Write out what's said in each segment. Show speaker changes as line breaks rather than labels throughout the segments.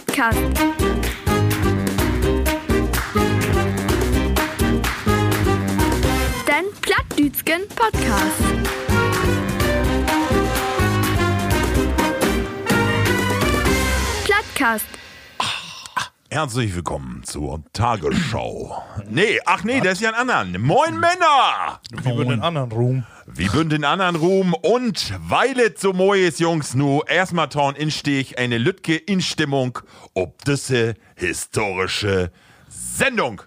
Plattcast. Dein Plattdütschen Podcast. Plattcast.
Herzlich willkommen zur Tagesschau. Nee, ach nee, das ist ja ein anderen. Moin Männer!
Wie bei den anderen Ruhm.
Wie bünd den anderen Ruhm und weilet so mojes Jungs nu erstmal torn instich eine Lütke Instimmung ob diese historische Sendung.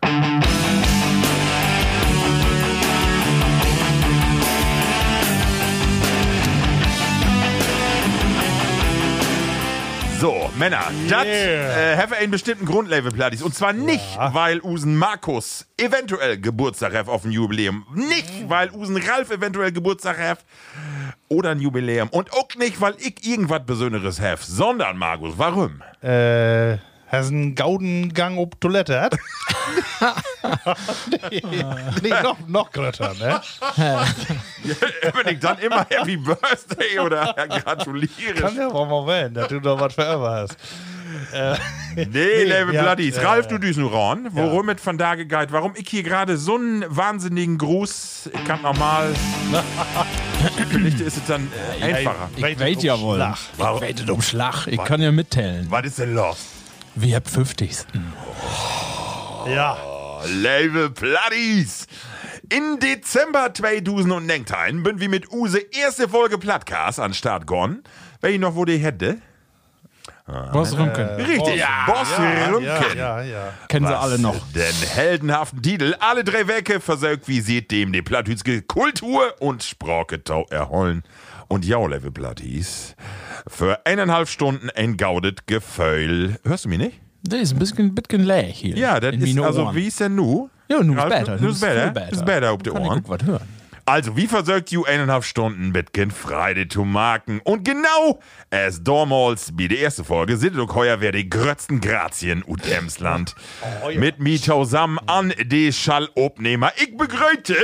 So, Männer, das äh, have einen bestimmten Grundlevel, Plattis. Und zwar nicht, weil Usen Markus eventuell Geburtstag hat auf ein Jubiläum. Nicht, weil Usen Ralf eventuell Geburtstag hat oder ein Jubiläum. Und auch nicht, weil ich irgendwas Besonderes habe, sondern, Markus, warum?
Äh, hast einen Gaudengang ob Toilette, hat? nee, nee, noch, noch größer, ne?
Wenn ich dann immer Happy Birthday oder
Kann
gratuliere.
ja auch mal werden, dass du noch was für immer hast.
Nee, nee Level
ja,
Plattis.
äh,
Ralf, du Düsenron, worum mit von da gegeit? Warum ich hier gerade so einen wahnsinnigen Gruß, ich kann normal. Vielleicht ist es dann äh, einfacher.
Ich weiß ja wohl. Ich
Warum?
wette um Schlag. Ich kann ja mitteilen.
Was ist denn los?
Wir habt 50.
Ja.
Label Platties! In Dezember 2019 bin wir mit Use erste Folge Plattcast an Start gone. Wenn ich noch wo die hätte.
Was Rümken.
Richtig, Boss Rümken.
Ja, ja, ja.
Kennen sie
Was
alle noch.
Den heldenhaften Titel alle drei Werke versögt wie seht dem die Plattütske Kultur und Sprachgetau erhollen. Und ja, Level Platties, für eineinhalb Stunden ein gaudet Gefeul. Hörst du mich nicht?
Das ist ein bisschen, bisschen leer hier.
Ja, das
In
ist,
mine
also
Ohren.
wie ist denn nu?
Ja, nun ist
Ralf,
besser.
Nu ist
viel
besser. Ist besser auf die
Kann ich
Ohren.
gut was hören.
Also, wie versorgt you eineinhalb Stunden mit Kind Friday to Marken? Und genau, es dormals, wie die erste Folge, sind doch heuer wer die grötzten Grazien ut Emsland. Mit mir zusammen an die Schallobnehmer. Ich begrüße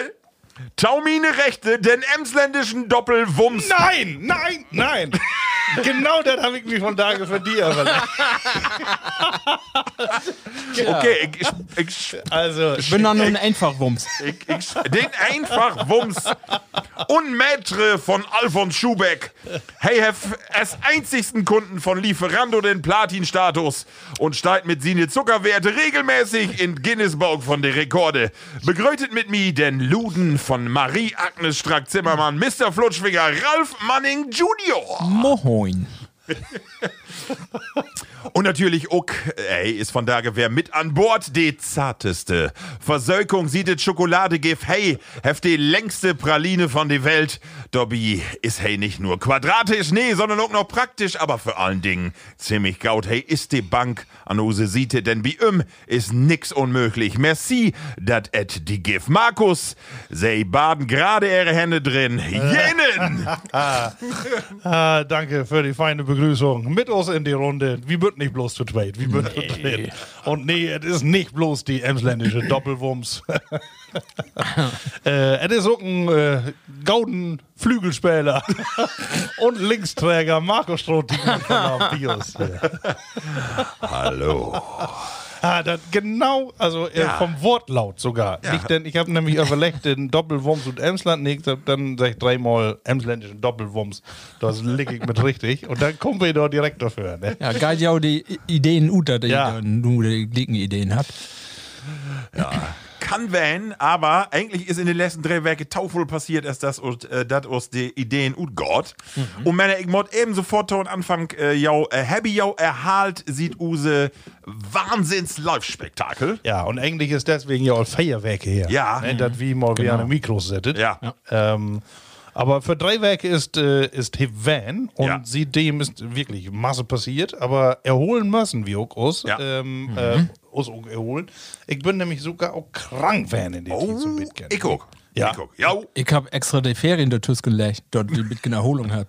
Taumine Rechte, den emsländischen Doppelwumms.
Nein, nein, nein. genau das habe ich mir von da für dir überlegt.
Okay, ich, ich, ich
Also,
Ich bin dann nur ein Einfachwumms.
Ich, ich, den einfach Wumms und Maitre von Alfons Schubeck. Hey, Hef, als einzigsten Kunden von Lieferando den Platin-Status und steigt mit seine Zuckerwerte regelmäßig in Guinness-Bauch von der Rekorde. Begrüßet mit mir den Luden von Marie-Agnes Strack-Zimmermann, Mr. Flutschfinger, Ralf Manning Jr.
Moin.
Und natürlich auch, ey, ist von daher wer mit an Bord die zarteste. Versökung sieht es Schokolade gif, hey, heft die längste Praline von der Welt. Dobby ist hey nicht nur quadratisch, nee, sondern auch noch praktisch, aber vor allen Dingen ziemlich gaut, hey, ist die Bank an Use siete, denn wie im ist nix unmöglich. Merci, dat et die gif. Markus, sei baden gerade ihre Hände drin. Jenen!
ah, danke für die feine Begrüßung. Mit uns in die Runde. Wir bünden nicht bloß zu zweit. Wir bünden zu zweit. Und nee, es ist nicht bloß die emsländische Doppelwumms. äh, es ist auch ein äh, gauden Flügelspieler und Linksträger Marco Stroth, die kommt von der Bios.
Hallo.
Ah, das genau, also äh,
Ja.
vom Wortlaut sogar. Nicht, denn ich habe nämlich überlegt, den Doppelwumms und Emsland. Nee, ich sag, dann sag ich dreimal emsländischen Doppelwumms. Das lieg ich mit richtig. Und dann kommen wir doch direkt dafür. Ne?
Ja, geil, ja, die Ideen unter, die
Ja.
ja. nur die dicken Ideen hat.
kann werden, aber eigentlich ist in den letzten drei Werken taufel passiert, dass das und äh, das aus die Ideen und Gott. Und Männer, ich mod eben sofort ton Anfang, äh, jau, äh, Happy Jau erhalt sieht Use Wahnsinns Live-Spektakel.
Ja, und eigentlich ist deswegen ja auch Feierwerke hier.
Ja. Mhm. Genau.
Ne, das wie mal wie an einem Mikros sittet.
Ja.
Ähm, aber für drei Werke ist, äh, ist Hip Van und
Ja.
sie dem ist wirklich Masse passiert, aber erholen müssen wir auch uns.
Ja.
Ähm, äh, uns auch erholen. Ich bin nämlich sogar auch krank werden in den
Oh,
Tief zum Bitgen.
ich guck.
Ja.
Ich guck. Jau.
Ich hab extra die Ferien der Tüss gelegt, dort die bisschen Erholung hat.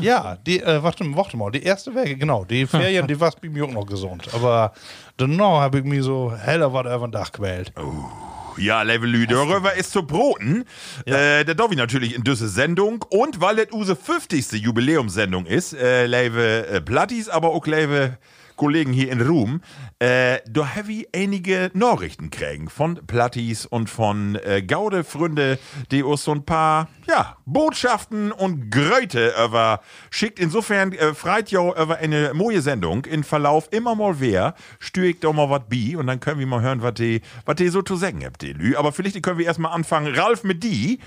Ja, die, äh, warte, mal, warte mal, die erste Werke, genau, die Ferien, die war bei mir auch noch gesund. Aber danach habe ich mich so heller war der über den Dach quält.
Oh. Ja, Level Lü, der Röver ist zu broten. Äh, der Dovi natürlich in düsse Sendung. Und weil das Use 50. Jubiläumssendung ist, äh, Level äh, Plattis, aber auch Level Kollegen hier in Ruhm, äh, da habe ich einige Nachrichten kriegen von Plattis und von äh, Gaude Fründe, die uns so ein paar ja, Botschaften und Gröte über schickt. Insofern äh, freit jo über eine moje Sendung in Verlauf immer mal wer, stürigt doch mal was bi und dann können wir mal hören, was die, was die so zu sagen habt, die Lü. Aber vielleicht können wir erstmal anfangen. Ralf mit die.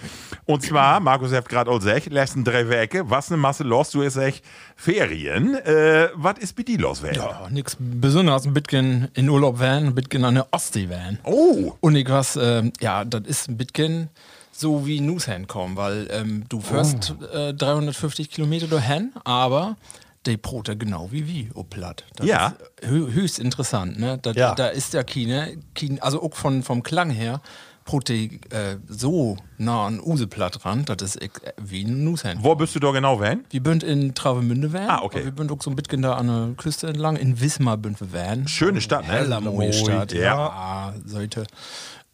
Und zwar, Markus hat gerade auch gesagt, letzten drei Werke, was eine Masse los, du hast echt Ferien. Äh, was ist mit die los, Welt?
Ja, nix Besonderes. Ein bisschen in Urlaub werden, ein bisschen an der Ostsee werden.
Oh!
Und ich was, ähm, ja, das ist ein bisschen so wie Newshand kommen, weil ähm, du fährst
Oh.
äh, 350 Kilometer dahin, aber die Brote genau wie wie, oh platt. Das
Ja.
ist hö höchst interessant, ne? Da,
Ja.
da ist ja keine, kein- also auch von, vom Klang her, Brote äh, so nah an Useplatt ran, das ist ex- äh, wie Newshand.
Wo bist du da genau, Van?
Wir bünd in Travemünde werden.
Ah, okay.
Wir bünd auch so ein bisschen da an der Küste entlang. In Wismar bünd wir werden.
Schöne Stadt, ne?
Heller
Moi,
moje Stadt.
ja.
Ja, sollte.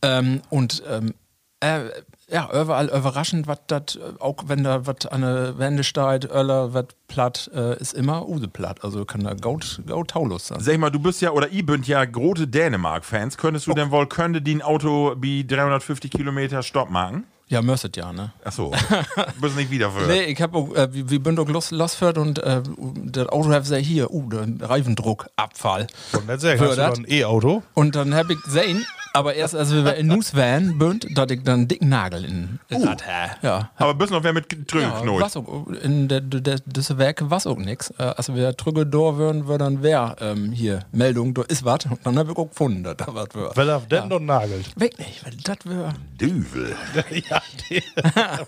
Ähm, und ähm, äh, ja, überall überraschend, was das, auch wenn da was an der Wende steht, Öller, was platt, äh, ist immer Ude platt. Also kann da Gaut, Gaut Taulus sein.
Sag mal, du bist ja, oder ich bin ja große Dänemark-Fans. Könntest du denn wohl, könnte die ein Auto wie 350 Kilometer Stopp machen?
Ja, müsstet ja, ne?
Achso, bist nicht wieder für.
Nee, ich hab auch, äh, wir wir bünd auch los, losfährt und äh, das Auto hat gesagt, hier, uh, der Reifendruck, Abfall.
Und letztendlich hast du
Fördert.
dann ein E-Auto.
Und dann habe ich gesehen, aber erst als wir in News Van bünd, da hatte ich dann einen dicken Nagel in
Oh.
Uh.
Rad. hä? Ja.
Aber bist noch wer mit
Ja,
Trügenknot.
was auch, in der, der, der, das Werk was auch nix. Äh, Also wir drücke da würden, würde dann wer ähm, hier Meldung, da ist was. Und dann habe ich auch gefunden, dass da was wär.
Weil er den noch nagelt.
Weg nicht, weil das wär.
Düvel.
ja, die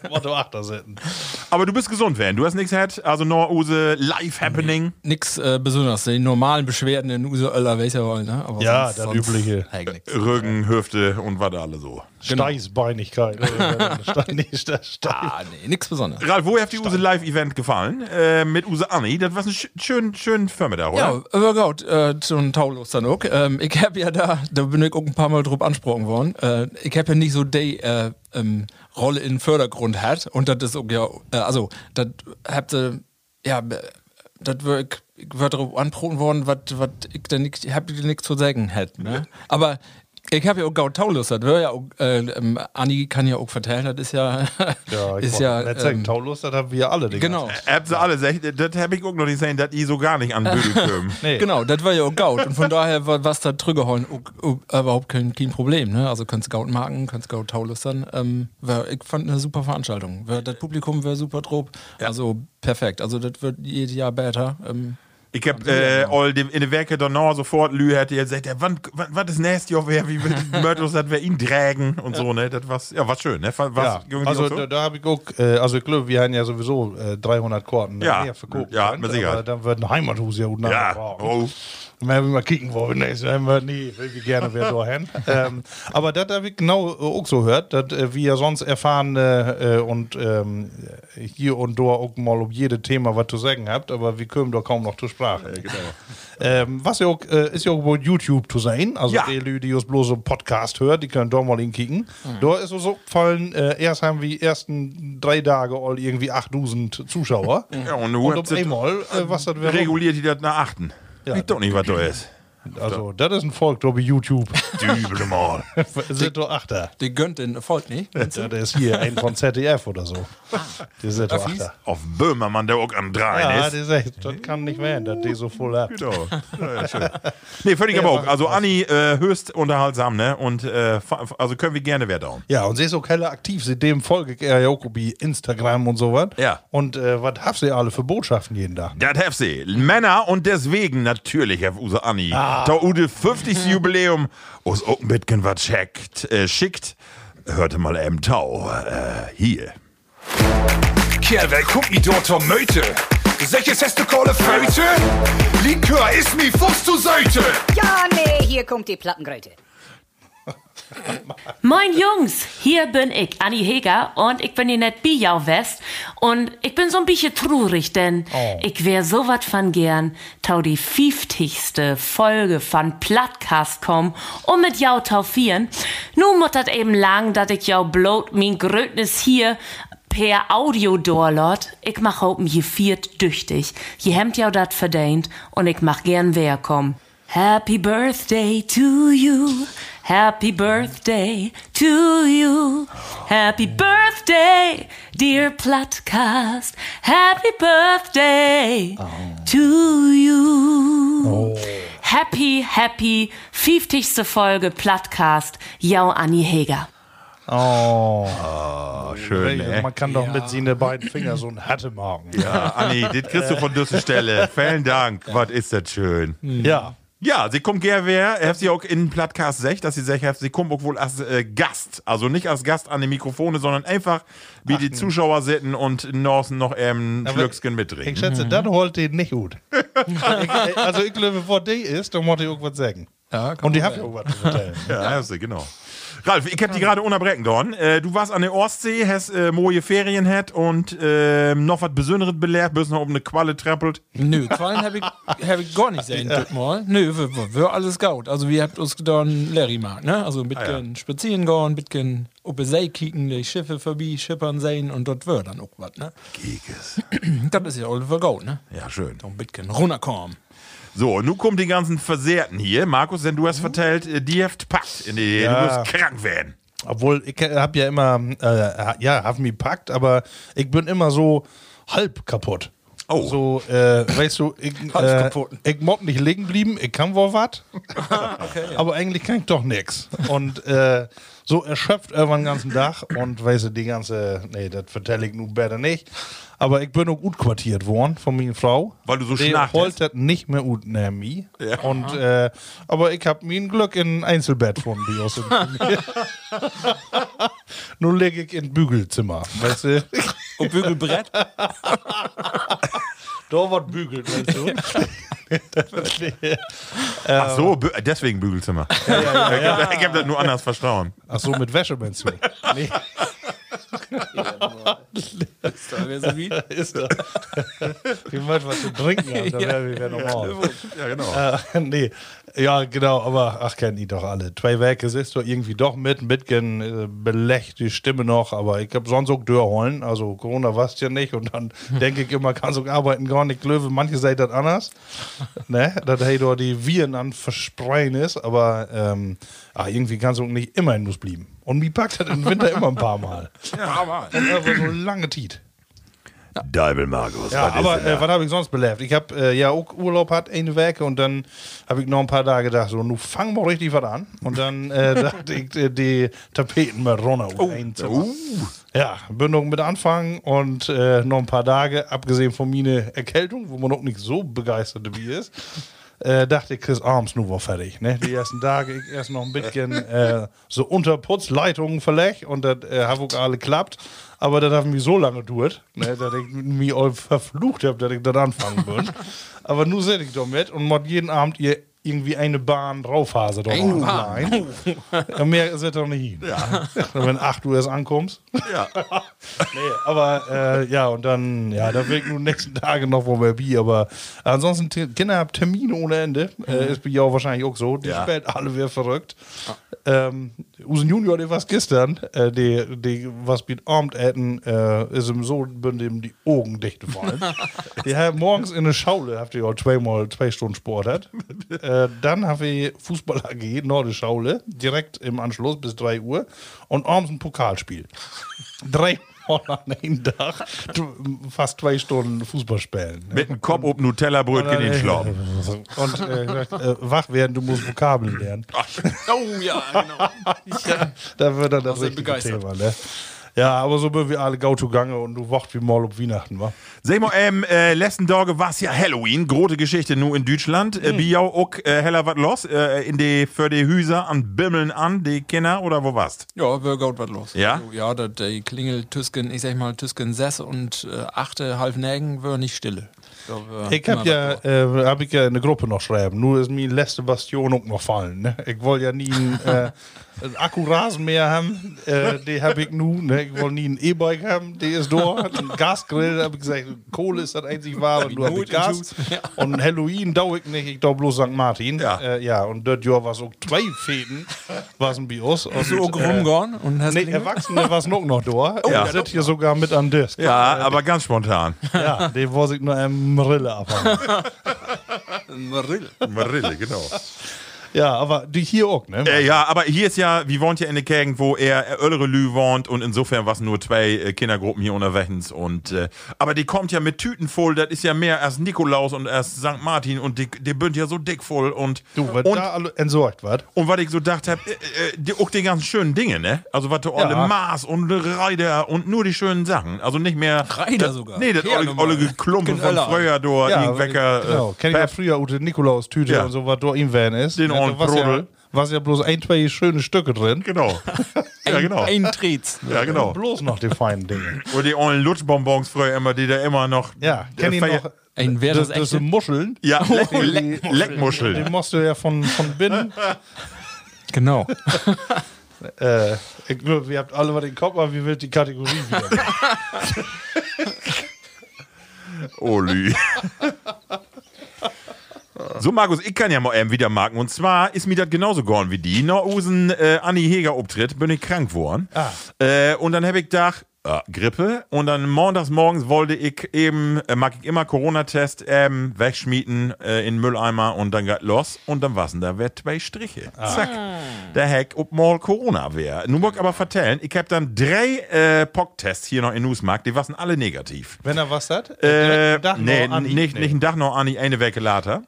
Motto 8er sind.
Aber du bist gesund, Van. Du hast nichts gehabt. Also nur Use Life Happening.
Nix äh, Besonderes. Die normalen Beschwerden in Use Öller, welcher wollen, ne? Aber
Ja, das Übliche.
eigentlich nix.
Rücken, Hüfte und was da alle so.
Steißbeinigkeit. Ste- nee, Ste- Ste-
Genau. Ah, nee, nix Besonderes.
Ralf, woher hat die Use Live Event gefallen? Äh, mit Use Anni. Das war ein sch schön, schön Förmiddag,
Ja,
oder?
aber gut, äh, zum Taulus dann auch. Ähm, ich hab ja da, da bin ich auch ein paar Mal drauf angesprochen worden. Äh, ich hab ja nicht so die äh, ähm, Rolle in den Fördergrund hat und das ist auch ja, äh, also, das habt ihr, ja, äh, das wird drauf anproben worden, was was ich da nicht, hab ich nichts zu sagen hätte. Ne? Aber ich hab ja auch Gaut Taulus, das wär ja auch, äh, ähm, Anni kann ja auch verteilen, das ist ja,
Ja, ich
ist
wollte
ja,
nicht sagen,
ähm,
Taulust, das haben wir alle. Äh, die
genau.
ganze-
Äh, Habt sie alle. sech- Das hab ich auch noch nicht gesehen, dass die so gar nicht an Bügel kommen.
Nee.
Genau, das war ja auch Gaut. Und von daher war was da drüberholen oh, überhaupt kein, kein Problem. Ne? Also kannst Gaut marken, kannst Gaut taulustern. Ähm, war, ich fand eine super Veranstaltung. Wär- Das Publikum wäre super drauf. Also perfekt. Also das wird jedes Jahr besser. Ähm,
Ich hab äh, all dem, in den Werke Donau sofort Lü hätte jetzt gesagt, ja, wann, wann, wann ist nasty auf wer, wie will Mörtus hat wer ihn drägen und so, ne? Das war ja war schön, ne? Was,
Ja, also da, da habe ich auch, äh, also ich glaube, wir haben ja sowieso äh, 300 Karten ne,
Ja.
mehr verkauft.
Ja, mit Sicherheit.
Aber dann wird ein Heimathus ja gut
ja,
nachgefragt.
oh.
Wenn wir mal kicken wollen, ne, ist immer nie, will wir gerne wieder dahin. ähm, aber das habe ich genau äh, auch so gehört, dass äh, wir sonst erfahren äh, äh, und ähm, hier und da auch mal um jedes Thema was zu sagen habt, aber wir kommen da kaum noch zur Sprache. ähm, was ja auch, äh, ist ja auch bei YouTube zu sehen, also
Ja.
die Leute, die uns bloß so einen Podcast hört, die können da mal hinkicken. Da ist uns so gefallen, äh, erst haben wir die ersten drei Tage all irgendwie 8000 Zuschauer.
Ja, und
Und
du
auf
hast das-
einmal, äh, was das wäre.
reguliert die das nach achten. Ja. Ich doch nicht, was da ist.
Also, das ist ein Volk, da bei YouTube.
Dübel mal.
Sind doch Achter.
die gönnt den Erfolg nicht.
Ja, der ist hier ein von ZDF oder so.
Ah.
Der sind doch Achter.
Auf Böhmermann, der auch am Drein
Ja,
ist.
das, ist, das kann nicht werden, dass die so voll hat.
Genau. Ja, schön. nee, völlig aber auch. Also Anni äh, höchst unterhaltsam, ne? Und äh, fa- fa- also können wir gerne wer down.
Ja, und sie ist auch helle aktiv. Seitdem folge ich ihr Jokobi, Instagram und sowas.
Ja.
Und äh, was habt ihr alle für Botschaften jeden Tag?
Das have sie. Männer und deswegen natürlich, Herr Use Anni. Da Ude 50. Jubiläum aus Openbitken was checkt, äh, schickt, hörte mal M. Tau. Äh, hier.
Kerl, wer guckt mi dort zur Möte? Sechs hast du Kohle Föte? Likör ist mi Fuchs zu Söte!
Ja, nee, hier kommt die Plattengröte.
Moin Jungs, hier bin ich, Anni Heger, und ich bin hier net Bijau West. Und ich bin so ein bisschen trurig, denn
Oh.
ich wär so wat von gern, tau die 50. Folge von Plattcast kommen und mit jau taufieren. Nun muttert eben lang, dat ich jau blot min Grötnis hier per Audio doorlot, ich mach open je viert düchtig. Je hemmt jou dat verdient und ich mach gern wer komm. Happy birthday to you. Happy birthday to you. Happy birthday, dear Plattcast. Happy birthday to you. Happy, happy, 50. Folge Plattcast. Jau Anni Heger.
Oh,
Schön, ne? ey.
man kann doch mit seinen beiden Fingern so einen Hatte machen.
Ja, Anni, das kriegst du von dieser Stelle. Vielen Dank. Was ist das schön.
ja.
Ja, sie kommt gerne wer, helft sie auch in Plattcast 6, dass sie sagt, sie kommt auch wohl als äh, Gast, also nicht als Gast an den Mikrofone, sondern einfach wie die Zuschauer sitten und Norsen noch ähm, Schlückschen
Ich
mitdrehen.
schätze, das holt den nicht gut. ich, also ich glaube, bevor die ist, dann muss ich irgendwas sagen.
Ja, kann
Und die
man
haben irgendwas zu erzählen.
Ja, helft sie, genau. Ralf, ich hab die gerade unterbrechen dorn. Äh, du warst an der Ostsee, hast äh, moje Ferien hat und ähm, noch was Besonderes belehrt, bist noch oben eine Qualle trappelt.
Nö, Quallen habe ich, hab ich gar nicht sehen, ja. mal. Nö, wir, wir, wir alles gut. Also, wir habt uns gedan Larry mag, ne? Also, ein bisschen spazieren gehen, ein bisschen ob die See kicken, die Schiffe vorbei schippern sehen und dort wird dann auch was, ne?
Giges.
Das ist ja Oliver Gold, ne?
Ja, schön.
Ein bisschen runterkommen.
So, und nun kommen die ganzen Versehrten hier. Markus, denn du hast vertellt, äh, die heft packt in die, du wirst krank werden.
Obwohl, ich habe ja immer, äh, ja, hab mich packt, aber ich bin immer so halb kaputt.
Oh.
So, äh, weißt du, ich,
Halb
äh,
kaputt.
ich mob nicht liegen blieben, ich kann wohl was, aber eigentlich kann ich doch nix. Und äh, so erschöpft über den ganzen Tag und weißt du, die ganze, nee, das vertelle ich nun besser nicht. Aber ich bin auch gut quartiert worden von meiner Frau.
Weil du so
Die
schnarcht
holt das nicht mehr gut nehmen. mich.
Ja.
Und, äh, aber ich habe mir ein Glück in ein Einzelbett von Bios. Nun lege ich in Bügelzimmer, weißt du?
Und Bügelbrett?
da wird bügelt, weißt du?
Ach so, bü- deswegen Bügelzimmer. ich habe hab ich hab das nur anders verstauen.
Ach so, mit Wäsche meinst du? Nee,
ist doch wieder so wie.
ist da. Wir wollten was zu trinken haben, dann wären wir wieder normal.
Ja, genau.
Äh, nee, ja, genau, aber ach, kennen die doch alle. Zwei Werke ist doch irgendwie doch mit, mitgen äh, belecht die Stimme noch, aber ich hab sonst auch Dörrhollen, also Corona war's ja nicht und dann denke ich immer, kannst du auch arbeiten, gar nicht Löwe, manche seid das anders, ne, dass hey doch die Viren an verspreien ist, aber ähm, ach, irgendwie kannst du auch nicht immer in Nuss blieben. Und mich packt das im Winter immer ein paar Mal.
Ja,
Und aber so lange Tiet.
Deibel Markus.
Ja,
was ist
aber
denn da?
äh, was habe ich sonst belebt? Ich habe äh, ja auch Urlaub hat eine Woche und dann habe ich noch ein paar Tage gedacht, so, nun fangen wir richtig was an. Und dann äh, dachte ich, äh, die Tapeten mal runter. Oh, ein Zimmer. Ja, bin noch mit anfangen und äh, noch ein paar Tage, abgesehen von meine Erkältung, wo man auch nicht so begeistert wie ist. Äh, dachte ich, Chris Arms nur war fertig. Ne? Die ersten Tage ich erst noch ein bisschen äh, so Unterputz, Leitungen verlegt und das äh, habe auch alle klappt. Aber das haben wir so lange gedauert, ne, dass ich mich all verflucht habe, dass ich das anfangen würde. Aber nun sehe ich damit und mod jeden Abend ihr irgendwie eine Bahn draufhase doch online. Ja, Mehr ist das doch nicht hin. Wenn 8 Uhr erst ankommst.
Ja.
Nee, aber äh, ja, und dann, ja, da will ich nun nächsten Tage noch wo wir bi, aber ansonsten T- Kinder habt Termine ohne Ende. Äh, ist bei ja wahrscheinlich auch so. Die
Ja.
spät alle wer verrückt. Ähm, Usen Junior, der was gestern, äh, die, die was mit Abend hätten, äh, ist im so bin dem die Augen dicht gefallen. die haben morgens in eine Schaule, habt ihr ja zweimal zwei Stunden Sport hat. äh, dann haben wir Fußball AG, Norde Schaule, direkt im Anschluss bis 3 Uhr und abends ein Pokalspiel drei Mal an einem Tag du- fast zwei Stunden Fußball spielen. Äh,
Mit dem Kopf oben Nutella-Brötchen in den Schlauch.
Und äh, gesagt, äh, wach werden, du musst Vokabeln lernen.
Oh ja, genau.
Da wird dann das
Also
richtige
begeistert.
Thema. Ne? Ja, aber so bin wir alle gau to gange und du wacht wie mal ob Weihnachten, wa?
Sag mal, ähm, äh, letzten Tage war ja Halloween. Grote Geschichte nur in Deutschland. Äh, Biau auch äh, heller was los äh, in die, für die Hüser an Bimmeln an, die Kinder oder wo warst?
Ja, wir geht was los.
Ja?
Also, ja, da, die Klingel Tüsken, ich sag mal Tüsken 6 und äh, 8, halb Nägen, wir nicht stille.
Ich habe ja, äh, hab ich ja in der Gruppe noch schreiben. Nur ist mir die letzte Bastion auch noch fallen. Ne? Ich wollte ja nie einen, äh, einen Akkurasen mehr haben. Äh, den habe ich nun. Ne? Ich wollte nie einen E-Bike haben. Der ist dort. Ein Gasgrill. habe ich gesagt, Kohle ist das einzig wahre. Nur hab ich
Not in
Gas.
Juice. Ja.
Und Halloween dauere ich nicht. Ich dauere bloß St. Martin.
Ja.
Äh, ja. Und das Jahr war so zwei Fäden. War es ein Bios. Und, äh,
So rumgegangen und hast
Nee,
nicht-
Erwachsene war es noch noch
Oh,
da.
Ja.
ja. Ich sitze hier sogar mit an Disk.
Ja, aber ganz spontan.
Ja, den wollte ich nur einen Brille abhaben.
Marille, genau.
Ja, aber die hier auch, ne?
Äh, ja, aber hier ist ja, wir wohnt ja in der Gegend, wo er öllere Lü wohnt und insofern was nur zwei äh, Kindergruppen hier unterwegs und äh, aber die kommt ja mit Tüten voll, das ist ja mehr als Nikolaus und als St. Martin und die, die bünd ja so dick voll und
Du, was
und,
da alle entsorgt wird.
und was ich so gedacht hab, äh, äh, die, auch die ganzen schönen Dinge, ne? Also was der olle
Ja.
Maß und Reiter und nur die schönen Sachen, also nicht mehr
Reiter
das,
sogar. Genau.
Nee, das
Ja,
olle,
normal.
olle Klumpen von
Öller.
früher durch irgendwelcher
Genau, kenn ich ja
äh, Pep-
früher Ute Nikolaus-Tüte
Ja.
und so, was da im Van ist.
Den
Ja, da
Ohren
war's ja,
Brodel.
war's ja bloß ein, zwei schöne Stücke drin.
Genau. ja, genau.
Ein Tretz.
Ja, genau.
Bloß noch die feinen Dinge.
Oder die ollen Lutschbonbons früher immer, die da immer noch.
Ja, kenn
Äh,
ich
feier-
noch.
Ein wer das
das
echte?
sind Muscheln.
Ja, Leck,
Oh,
Leck,
Leckmuscheln. Die
Leckmuscheln.
musst du ja von, von binnen.
Genau.
äh, ich, nur, ihr habt alle mal den Kopf, aber wie wird die Kategorie wieder?
Oli. So, Markus, ich kann ja mal eben wieder marken. Und zwar ist mir das genauso gegangen wie die. Nach Usen äh, Anni Heger Auftritt bin ich krank geworden. Äh, und dann habe ich gedacht, ah, Grippe. Und dann montags morgens wollte ich eben, äh, mag ich immer Corona-Test ähm, wegschmieden äh, in den Mülleimer und dann geht los. Und dann was denn da? Wär zwei Striche. Zack. Der Hack, ob mal Corona wäre. Nun muss ich aber vertellen, ich habe dann drei äh, Pock-Tests hier noch in Newsmarkt. Die waren alle negativ.
Wenn er was hat?
Äh,
direkt ein Dach
nee,
noch an ihn. Mhm.
nicht, nicht ein Dach noch Anni, eine Wecke later.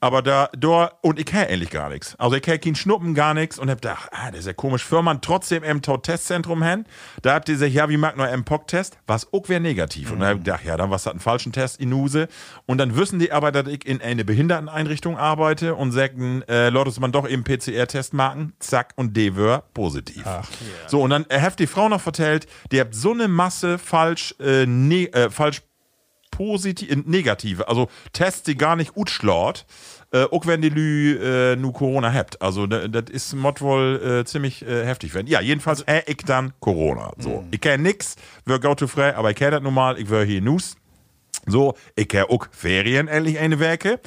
Aber da, da, und ich kenne eigentlich gar nichts. Also ich kenne keinen Schnuppen, gar nichts. Und hab gedacht, ah, das ist ja komisch. Firmen trotzdem im Testzentrum hin. Da habt ihr gesagt, ja, wie mag nur einen Pock-Test? Was auch wäre negativ. Und dann hab
Mhm.
ich gedacht, ja, dann was hat einen falschen Test, Inuse. Und dann wissen die aber, dass ich in eine Behinderteneinrichtung arbeite und sagten, äh, Leute, muss man doch eben PCR-Test machen. Zack, und die wär positiv. So, und dann äh, hat die Frau noch vertellt, die habt so eine Masse falsch, äh, ne, äh, falsch positive, äh, negative. Also Tests, die gar nicht utschlort, äh, auch wenn die Lü äh, nu Corona habt. Also das ist Mod wohl äh, ziemlich äh, heftig werden. Ja, jedenfalls äh, ich dann Corona. So, ich kenn nix, wir go to frei, aber ich kenn das normal, ich wär hier News. So, ich habe auch Ferien endlich eine Werke.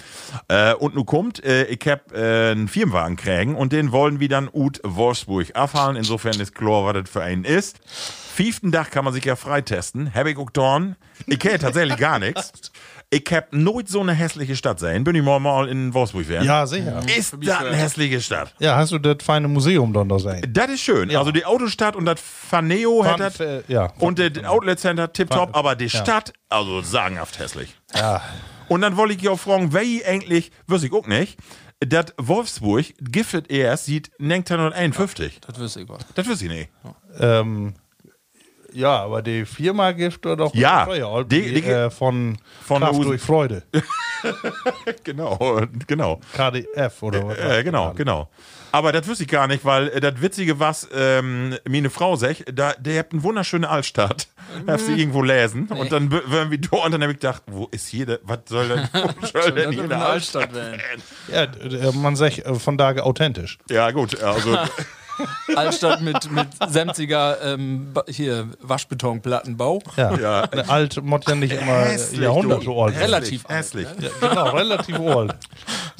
Äh, und nun kommt, äh, ich habe äh, einen Firmenwagen kriegen und den wollen wir dann ut Wolfsburg abfahren. Insofern ist klar, was das für einen ist. Fünften Dach kann man sich ja freitesten. Hab ich auch dorn. Ich kenne tatsächlich gar nichts. Ich hab nooit so eine hässliche Stadt sein. Bin ich mal, mal in Wolfsburg werden.
Ja, sicher.
Ist das eine hässliche Stadt?
Ja, hast du das feine Museum dann da sein?
Das ist schön. Also die Autostadt und das Faneo
Fan-
hat das.
äh, ja.
Und das Outlet Center tipptopp, aber die Stadt, also sagenhaft hässlich.
Ja.
Und dann wollte ich auch fragen, wer eigentlich, wüsste ich auch nicht, dass Wolfsburg Gifted erst sieht 1951.
Das wüsste ich was.
Das wüsste ich nicht.
Ähm, ja, aber die Firma gibt oder doch
Ja,
Steuer,
die-
die,
die-
äh, von,
Von
Kraft
Usen.
durch Freude,
Genau, genau.
KDF oder was.
Äh, genau, genau. Aber das wüsste ich gar nicht, weil äh, das Witzige, was ähm, mir eine Frau sagt, da, der habt eine wunderschöne Altstadt. Darfst
Mhm.
du irgendwo lesen. Und dann w- wären wir da und dann habe ich gedacht, wo ist hier, der- was soll denn, wo soll denn hier
in
eine
der
Altstadt?
Altstadt werden.
Ja, d- äh, man sagt äh, von daher authentisch.
Ja, gut, also
Altstadt mit, mit sämtiger ähm, ba- hier, Waschbetonplattenbau.
Ja,
Ja.
Eine alt muss ja nicht immer äh,
Hässlich,
Jahrhunderte
du. ne?
alt. sein.
Relativ
hässlich.
Genau, relativ alt.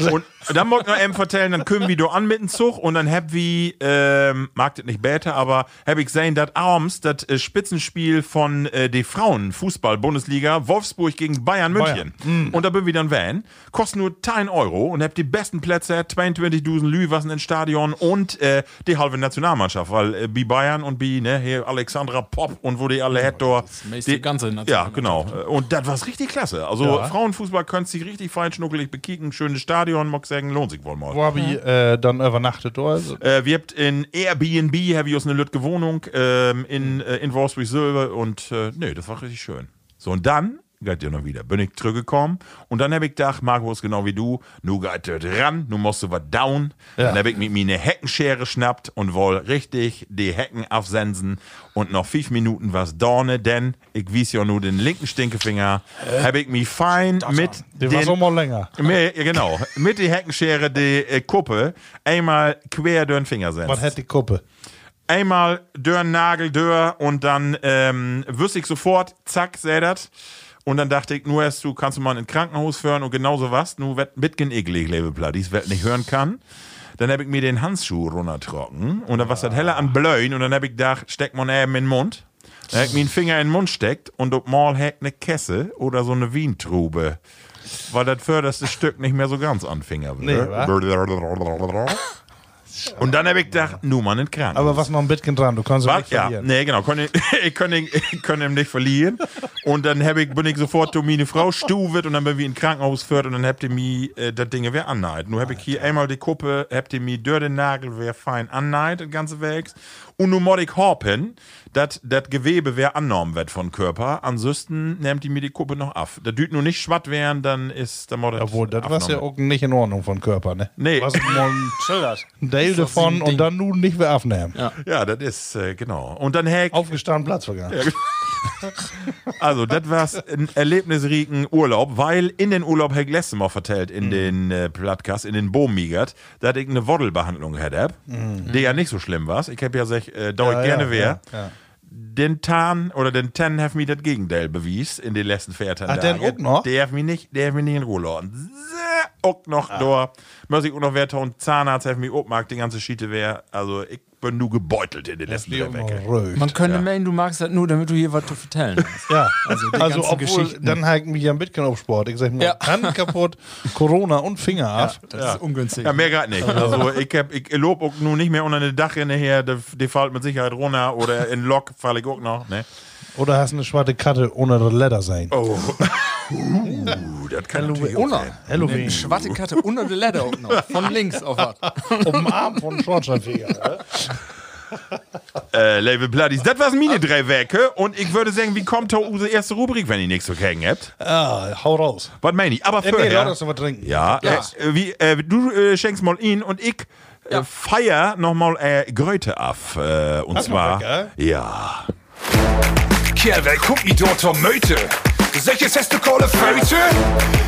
Und dann mag ich noch eben vertellen, dann kommen wir da an mit dem Zug und dann hab wir, ähm, mag das nicht beta, aber hab ich gesehen, dass abends das äh, Spitzenspiel von äh, die Frauen Fußball Bundesliga Wolfsburg gegen Bayern München. Und da bin wir dann Van, kostet nur 10 Euro und hab die besten Plätze, 22 Dusen Lüwassen ins Stadion und äh, die halbe Nationalmannschaft, weil äh, wie Bayern und wie ne, hier Alexandra Pop und wo die alle hätt da.
meist die ganze
Ja,
Nationalmannschaft.
genau. Äh, Und das war richtig klasse. Also Frauenfußball könntest dich richtig fein schnuckelig bekicken, schönes Stadion, mock sagen, lohnt sich wohl mal.
Wo habe ich äh, dann übernachtet? da? Also,
Äh, wir habt in Airbnb, hab ich uns eine Lütge Wohnung ähm, in, äh, in Wolfsburg Silber und äh, nee, das war richtig schön. So, und dann geht ja noch wieder. Bin ich zurückgekommen und dann habe ich gedacht, Markus, genau wie du, nu geht das ran, nu musst du was down. Dann habe ich mit mir eine Heckenschere schnappt und wohl richtig die Hecken absensen und noch fünf Minuten was dorne, denn ich wies ja nur den linken Stinkefinger, habe ich mich fein mit
Der war so mal länger.
mit, ja, genau, mit die Heckenschere die äh, Kuppe einmal quer durch den Finger senst
Was hat die Kuppe?
einmal Dörr, Nagel, Dörr und dann ähm, wüsste ich sofort, zack, säh dat. Und dann dachte ich, nur erst du kannst du mal in ein Krankenhaus führen und genauso was, nur wird mitgen eklig, Lebeplatt, die Welt nicht hören kann. Dann habe ich mir den Handschuh runtertrocken und dann war das heller an Blöin und dann habe ich gedacht, steck man eben in den Mund. Dann habe ich mir einen Finger in den Mund steckt und ob mal hackt eine Kesse oder so eine Wientrube. Weil das förderste Stück nicht mehr so ganz an Finger
Nee,
Und dann habe ich gedacht, nur man in den Krankenhaus.
Aber was noch ein bisschen dran, du kannst es
Was?
nicht
Ja,
verlieren.
nee, genau. Konnte, ich konnte ich konnte ihm nicht verlieren. Und dann hab ich, bin ich sofort zu meine Frau stuvet und dann bin ich in Krankenhaus geführt und dann habt ihr mir äh, das Ding wieder anneigt. Nur hab ich hier einmal die Kuppe, habt ihr mir durch den Nagel wer fein anneigt, das ganze Wegs. Und nur mod ich hopen, dass das Gewebe wer annommen wird von Körper. Ansonsten nehmt ihr mir die Kuppe noch ab. Da düt nur nicht schwatt werden, dann ist der Mod.
Obwohl, das war ja auch nicht in Ordnung von Körper, ne?
Nee.
Was mal ein
Schildert.
Teil davon
ein
und
Ding.
dann nun nicht mehr aufnehmen.
Ja, das ist, äh, genau. Und dann häk.
Aufgestanden, Platz vergangen.
Also, das war's ein erlebnisreichen Urlaub, weil in den Urlaub hätte ich letztes Mal vertellt, in
Mhm.
den äh, Podcast, in den Bohmigert, da hatte ich eine Woddelbehandlung hätte, die ja nicht so schlimm war. Ich habe ja gesagt, äh, da ich gerne
Mhm. ja,
wer.
ja, ja.
Den Tan oder den Ten have mir das Gegenteil bewies in den letzten Fährten.
Ah, den auch noch?
Der hat mich nicht, der hat mich nicht in Ruhe lassen. Sehr Auch noch
Ah.
da. Muss ich auch noch werte und Zahnarzt hat mich auch gemacht, die ganze Schiete wäre. Also, ich bin nur gebeutelt in den letzten
Die auch
Jahren.
noch röt.
Man könnte meinen, du magst das nur, damit du hier was zu vertellen hast.
Ja,
Also
also,
die ganzen
obwohl,
Geschichten.
dann hake ich mich ja mitgenommen auf Sport. Ich sag mal,
Ja.
Hand kaputt, Corona und Finger ab.
Das ist ungünstig.
Ja, mehr grad nicht. Also ich, hab, ich lob auch nun nicht mehr unter eine Dachrinne her, der, der fällt mit Sicherheit runter oder in Lok falle ich auch noch. Ne?
Oder hast eine schwarze Karte ohne das Leder sein.
Oh. uh, das kann natürlich auch sein.
Eine
Halloween.
schwarze Karte unter der Leiter auch noch. Von links auf was.
Umarmt von Schornsteinfeger.
Äh, Label Bloodies, das waren meine drei Werke und ich würde sagen, wie kommt da unsere erste Rubrik, wenn ihr nichts zu kriegen habt?
ah, hau raus.
Was meine ich? Aber
Ja, nee, lass
vorher...
uns noch was trinken.
Ja,
Ja.
Äh, wie, äh, du äh, schenkst mal ihn und ich äh,
Ja.
feier nochmal äh, Gröte ab. Äh, und zwar...
lecker.
ja.
Kerl, guck i dort zur Möte. Solches häste Kohle Föte?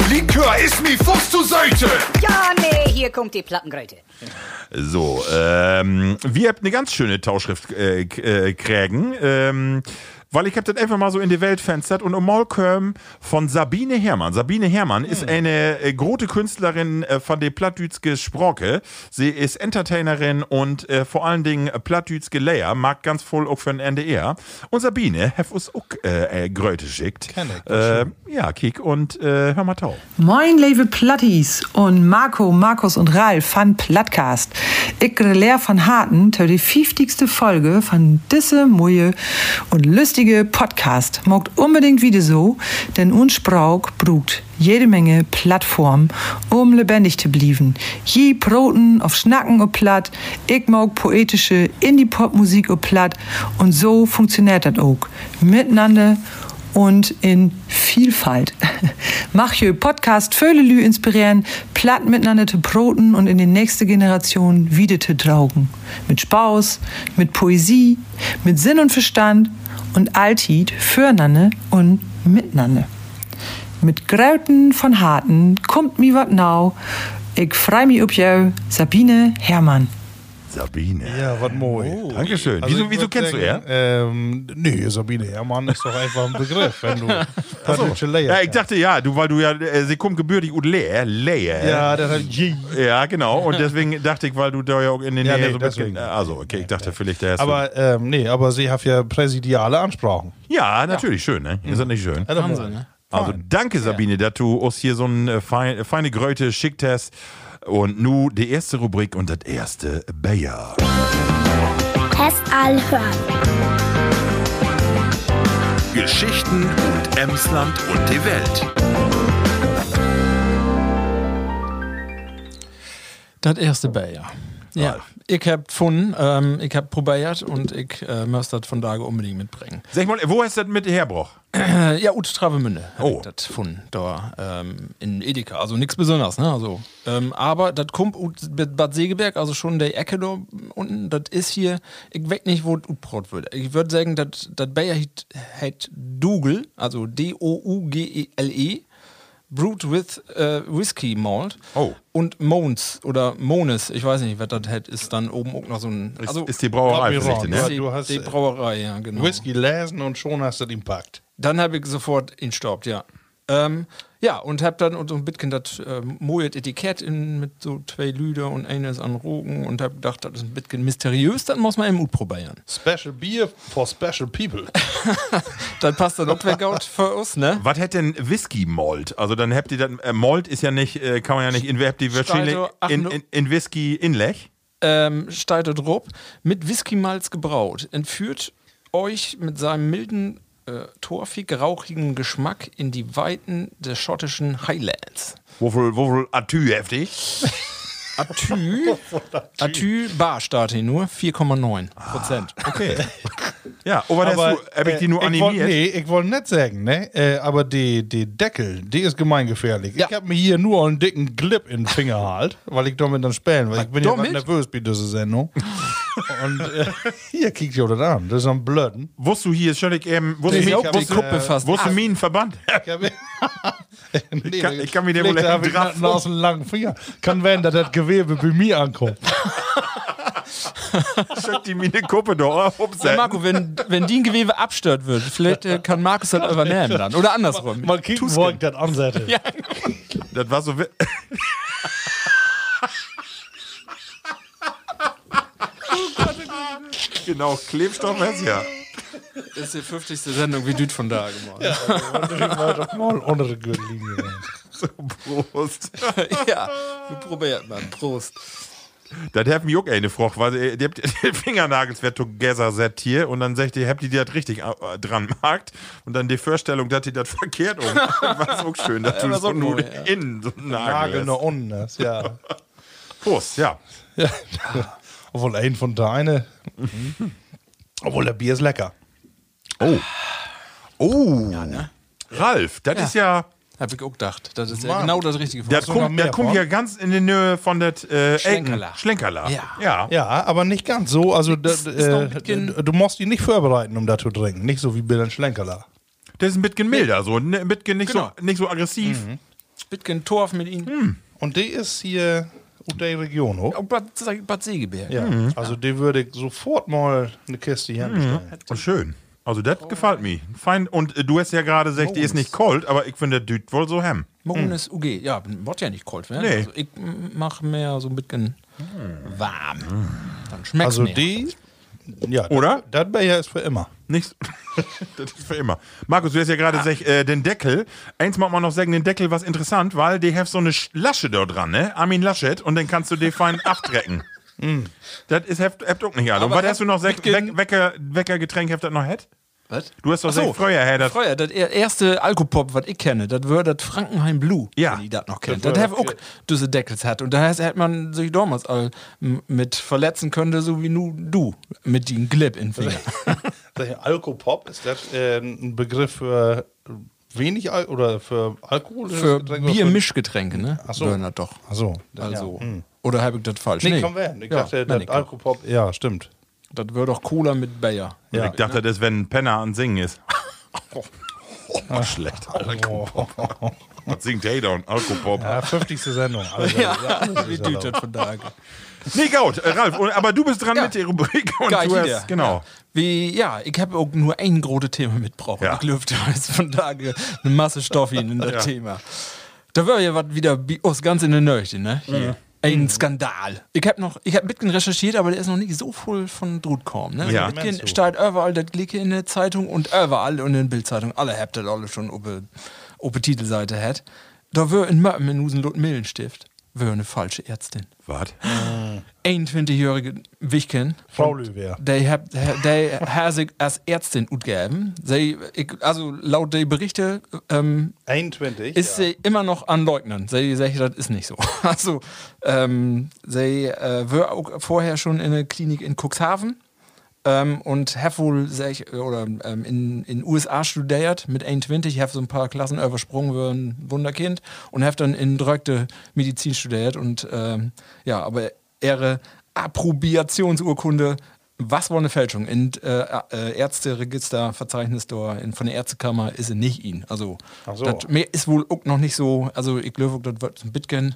Likör ist mi Fuchs zu Söte.
Ja, nee, hier kommt die Plattengröte.
So, ähm, wir habt eine ganz schöne Tauschschrift äh, k- äh, krägen, ähm, weil ich hab das einfach mal so in die Welt fenstert und um mal kommen von Sabine Hermann. Sabine Hermann
Hm.
ist eine äh, große Künstlerin äh, von der Plattdütske Sproke. Sie ist Entertainerin und äh, vor allen Dingen äh, Plattdütske Layer, mag ganz voll auch für den NDR. Und Sabine hat uns auch äh, äh, Gröte schickt.
Kenn ich,
äh, ja, Kik und äh, hör mal taub.
Moin, liebe Platties und Marco, Markus und Ralf von Plattcast. Ich bin Lea von Harten für die 50. Folge von Disse, Muje und lustige Podcast. Mogt unbedingt wieder so, denn uns Brauch brugt jede Menge Plattformen, um lebendig zu blieben. Je Broten auf Schnacken und Platt, ich mag poetische Indie-Pop-Musik und Platt und so funktioniert das auch. Miteinander und in Vielfalt. Mach je Podcast Föhlelü inspirieren, platt miteinander zu broten und in die nächste Generation wieder zu traugen. Mit Spaß, mit Poesie, mit Sinn und Verstand und Altit füreinander und miteinander. Mit Grauten von Harten kommt mi wat nau. Ich freu mi ob jou, Sabine Hermann.
Sabine.
Ja, was moi.
Oh, Dankeschön.
Also
wieso
ich
wieso
würd
kennst du er?
sagen, Ähm, nee, Sabine Hermann ist doch einfach ein Begriff, wenn du Patricia
Ja, ich dachte ja, du, weil du ja, äh, sie kommt gebürtig und leer, leer.
Ja, das hat Äh, je.
Ja, genau. Und deswegen dachte ich, weil du da ja auch in den
Ja,
Nähe
nee,
so ein bisschen.
deswegen.
Äh, also, okay, ich dachte vielleicht, der ist.
Aber, ähm, nee, aber sie hat ja präsidiale Ansprachen.
ja, natürlich, schön, ne? Ist das nicht schön?
Wahnsinn, ne?
Also, danke, Sabine, dass du uns hier so eine fein, äh, feine Gröte schickt hast. Und nu die erste Rubrik und das erste Bayer.
Test all hören.
Geschichten und Emsland und die Welt.
Das erste Bayer. Ja, ich hab gefunden, ähm, ich hab probiert und ich äh, muss das von da unbedingt mitbringen.
Sag mal, wo hast du das mit herbrauch?
Äh, ja, Ut Travemünde hab
Oh.
ich das gefunden, da ähm, in Edeka. Also nichts Besonderes, ne? Also, ähm, aber das kommt Ut Bad Segeberg, also schon der Ecke da unten, das ist hier, ich weiß nicht, wo Utbrot wird. Ich würde sagen, das Bayer hat Dougal, also D-O-U-G-E-L-E, E Brewed with äh, Whiskey Malt
Oh.
und Mones oder Mones, ich weiß nicht, was das hat, ist dann oben auch noch so ein.
Ist,
Also
ist die Brauerei
glaub mir
vielleicht,
wrong,
ne?
ja.
die,
du hast,
die
äh,
Brauerei, ja, genau.
Whisky lesen und schon hast du den packt.
Dann habe ich sofort ihn staubt, ja. Ähm, ja, und habe dann und so ein bisschen das äh, Moet Etikett in, mit so zwei Lüder und eines an Rogen und habe gedacht, das ist ein bisschen mysteriös, dann muss man im Mut probieren.
Special Beer for Special People.
Dann passt dann auch weg out für uns, ne?
Was hätte denn Whisky Malt? Also dann habt ihr dann äh, Malt ist ja nicht, äh, kann man ja nicht in, habt ihr wahrscheinlich
Stahlto, ach,
in,
no.
in, in Whisky Inlech?
ähm, Steite Drupp, mit Whiskymalz gebraut, entführt euch mit seinem milden, äh, torfig rauchigen Geschmack in die Weiten des schottischen Highlands.
Wofür, wofür Atü heftig?
Atü, Atü Barstarte nur, 4,9 Prozent.
Okay. ja, oh, aber, das, hab ich die nur
äh, wollt-
animiert?
nee, ich wollte nicht sagen, ne? Äh, aber die, die Deckel, die ist gemeingefährlich.
Ja.
Ich habe mir hier nur einen dicken Clip in den Finger halt, weil ich damit dann spielen, weil ich bin ja
Damit?
grad nervös bei dieser Sendung. Und äh, hier kriegt ihr das an. Das ist am Blöden.
Wusstest du hier, Schönlich, ähm, wusstest
Die,
du,
ich hab-
die
wusstest du,
Kuppe fast.
wusstest du Minenverband?
Ich, hab, nee,
kann- ich kann mir den wohl
vielleicht hab
echt
ich einen aus dem langen Finger. Kann werden, dass das Gewebe bei mir ankommt.
Schön die Mine Kuppe doch. oh, Ups,
Ja, Äh, Marco, wenn, wenn die ein Gewebe abstört wird, vielleicht äh, kann Markus das übernehmen dann. Oder andersrum.
Mal kicken, wo ich das ansetze.
Ja.
das war so. wi- genau, Klebstoff ist ja.
Das ist die 50. Sendung wie Düt von da gemacht. Ja.
Mal unter der Gürtellinie.
Prost.
ja, wir probieren mal. Prost.
Das hat mich auch eine Frucht, ne weil ihr, ihr habt den Fingernagels wird together set hier und dann sagt ihr, habt ihr die das richtig äh, dran markt und dann die Vorstellung, dass ihr das verkehrt um. Was auch schön, dass du
das
so
auch
nur
neu, ja.
innen so einen
Nagel
Nagel
nach
hast.
unten, Ah, genau, das, ja.
Prost, ja.
Ja.
genau.
Obwohl ein von der eine.
Mhm.
Obwohl der Bier ist lecker.
Oh. Oh.
ne?
Ralf, das ist ja,
Hab ich auch gedacht. Das ist ja genau das Richtige.
das
noch
kommt,
mehr
das kommt
von?
ja ganz in die Nähe von das äh,
Schlenkerla.
Ecken- Schlenkerla.
Ja.
ja.
Ja, aber nicht ganz so. Also da-
Ist- ist noch ein
äh,
bisschen-
du musst ihn nicht vorbereiten, um da zu trinken. Nicht so wie bei den Schlenkerler.
Das ist ein bisschen milder, so ne, ein bisschen nicht,
Genau.
so, nicht so aggressiv.
Bitgen Torf mit ihnen.
Und die ist hier aus der Region hoch.
Und Bad, Bad Segeberg.
Ja. Also die würde ich sofort mal eine Kiste
Mhm.
hier hinstellen.
Und schön. Also das gefällt mir. Fein. Und äh, du hast ja gerade gesagt, die
Oh.
ist nicht kalt, aber ich finde, das wohl so hem.
Morgen ist UG. Ja, wird ja nicht kalt werden.
Nee.
Also ich mache mehr so ein bisschen warm. Dann schmeckt
Also
mir.
die. Ja,
Oder?
Das wäre ja ist für immer.
Nichts. das ist für immer. Markus, du hast ja gerade gesagt, äh, den Deckel. Eins mag man noch sagen, den Deckel war interessant, weil die haben so eine Sch- Lasche da dran, ne? Armin Laschet. Und dann kannst du die fein abdrecken. Mm. Das ist heft, heft auch nicht alle. Und
Aber
was hast du noch gesagt?
mitgen-
Weck, Wecker, Weckergetränk heft das noch hätt?
Was?
Du hast doch gesagt, früher hätt das.
Freuer, das er- erste Alkopop, was ich kenne, das würde das Frankenheim Blue,
Ja.
wenn ich das noch kennt. Das hat auch diese Deckels hat. Und daher hätte man sich damals all m- mit verletzen können, so wie nu du mit dem Glip in den Finger.
Sag ich, Alkopop ist das äh, ein Begriff für wenig Al oder für Alkohol?
Für Biermischgetränke, ne?
so.
Wären das doch.
Achso.
Also. Oder habe ich das falsch?
Nee, komm werden. Ich dachte,
mein
das Alkopop. Ja, stimmt.
Das wäre doch Cola mit Bayer.
Ich dachte, das, wenn ein Penner an Singen ist. Oh, schlecht. Was singt der da und Alkopop?
Ja, 50. Sendung. Also,
Wie dütet von daher.
Nee, gut, äh, Ralf, und- aber du bist dran
Ja.
mit der Rubrik und
Geil,
du
hier.
hast, genau.
Wie, ja, ich habe auch nur ein großes Thema mitgebracht.
Ja.
Ich lüfte jetzt von daher eine Masse Stoff hin in das
Ja.
Thema. Da war ja was wieder bi- aus ganz in der Nächte, ne?
Mhm.
Hier. Ein Skandal. Ich habe noch, ich habe bisschen recherchiert, aber der ist noch nicht so voll von Drut gekommen. Ne?
Ja.
Bitcoin steht überall, das Glicke in der Zeitung und überall und in der Bildzeitung. Alle habt das alle schon auf der Titelseite hat. Da wird in Möppen in Husen Lot Millenstift wäre eine falsche Ärztin.
Wart.
21-jährige Wichken.
Frau Löwer.
Die hat, die hat sich als Ärztin utgegeben. Sie, ich, also laut den Berichten ähm,
21.
ist sie immer noch an Leugnen. Sie sagt, das ist nicht so. Also, ähm, sie äh, war auch vorher schon in der Klinik in Cuxhaven ähm, und hat wohl, sag ich, oder ähm, in in USA studiert mit 21. Ich habe so ein paar Klassen übersprungen, war ein Wunderkind und habe dann in Drögte Medizin studiert. Und ähm, ja, aber ihre Approbationsurkunde. Was war eine Fälschung? In äh, äh, Ärzteregisterverzeichnis da in, von der Ärztekammer ist sie nicht ihn. Also,
Ach so.
das mir ist wohl auch noch nicht so. Also, ich glaube, das wird ein bisschen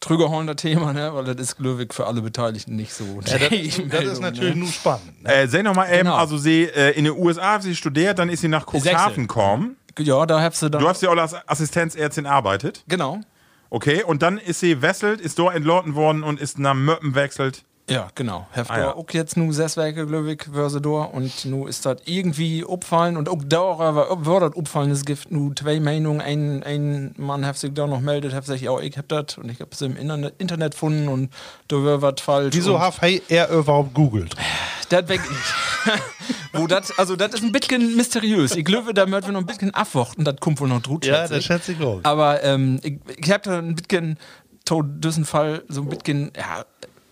trügerhornender Thema, ne? weil das ist, glaube ich, für alle Beteiligten nicht so.
Ja, das,
die
das
Meldung,
ist natürlich
ne?
nur spannend. Ne?
Äh, sag noch mal eben,
Genau.
also sie äh, in den USA hat sie studiert, dann ist sie nach
Sechse.
Cuxhaven gekommen.
Ja, da hast du dann.
Du hast ja auch als Assistenzärztin arbeitet.
genau.
Okay, und dann ist sie wesselt, ist dort entlauten worden und ist nach Möppen wechselt.
Ja, genau. Heft
Ah, ja.
auch jetzt nur Sesswerke, Glöwig, Versador und nu ist das irgendwie abfallen und auch dauer war war das abfallendes Gift. Nu zwei Meinungen, ein, ein Mann hat sich da noch meldet, hat sich, ja, ich hab das und ich hab's im Internet, Internet gefunden und da war was falsch.
Wieso
und-
hat hey, er überhaupt googelt?
Das weg nicht. Wo das, also das ist ein bisschen mysteriös. Ich glaube, da möchten wir noch ein bisschen abwarten, das kommt wohl noch drut, schätze ich.
schätze ich auch.
Aber ähm, ich, ich habe da ein bisschen to- diesen Fall so ein bisschen ja,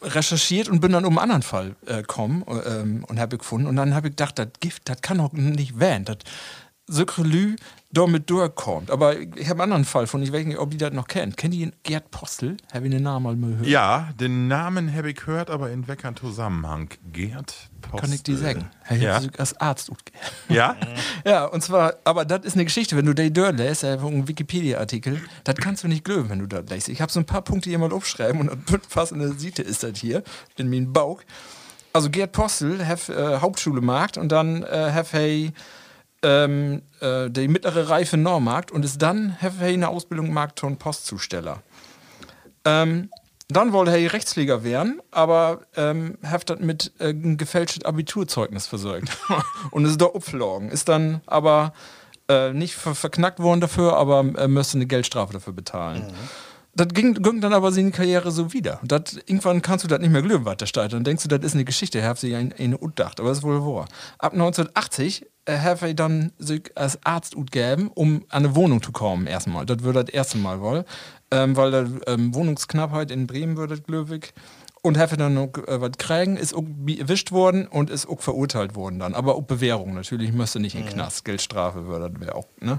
recherchiert und bin dann um einen anderen Fall äh, gekommen äh, ähm, und habe gefunden. Und dann habe ich gedacht, das Gift, das kann doch nicht werden. Das Sökrelü damit durchkommt. Aber ich, ich habe einen anderen Fall von, ich weiß nicht, ob ihr das noch kennt. Kennt ihr Gerd Postel? Habe ich den Namen mal gehört?
Ja, den Namen habe ich gehört, aber in weckern Zusammenhang. Gerd Postel.
Kann ich dir sagen. Hab Ich
Ja.
hab als Arzt gut gehört.
Ja?
Ja, und zwar, aber das ist eine Geschichte, wenn du Day Dörr lässt, äh, einen Wikipedia-Artikel, das kannst du nicht glauben, wenn du das lässt. Ich habe so ein paar Punkte hier mal aufschreiben und das wird fast eine Siete ist das hier, in meinem Bauch. Also Gerd Postel, hef, äh, Hauptschule Markt und dann äh, hef hey ähm, äh, die mittlere Reife Normarkt und ist dann hef hey eine Ausbildung Markt und Postzusteller. Ähm, dann wollte er Rechtspfleger werden, aber ähm, hat das mit äh, einem gefälschtes Abiturzeugnis versorgt. und ist da upflogen. Ist dann aber äh, nicht ver verknackt worden dafür, aber äh, müsste eine Geldstrafe dafür bezahlen. Das ging, ging dann aber seine Karriere so wieder. Das, irgendwann kannst du das nicht mehr glauben, was da steht. Dann denkst du, das ist eine Geschichte, er hat sich ein- eine Utdacht, aber das ist wohl wahr. Ab 1980 äh, hat er dann sich als Arzt utgeben, um an eine Wohnung zu kommen, erstmal. Das würde das erste Mal wohl, ähm, weil da ähm, Wohnungsknappheit in Bremen würde, glaube ich. Und hat er dann noch äh, was kriegen, ist auch bi- erwischt worden und ist auch verurteilt worden dann. Aber auch Bewährung natürlich, müsste nicht in den Knast. Geldstrafe würde das wär auch, ne?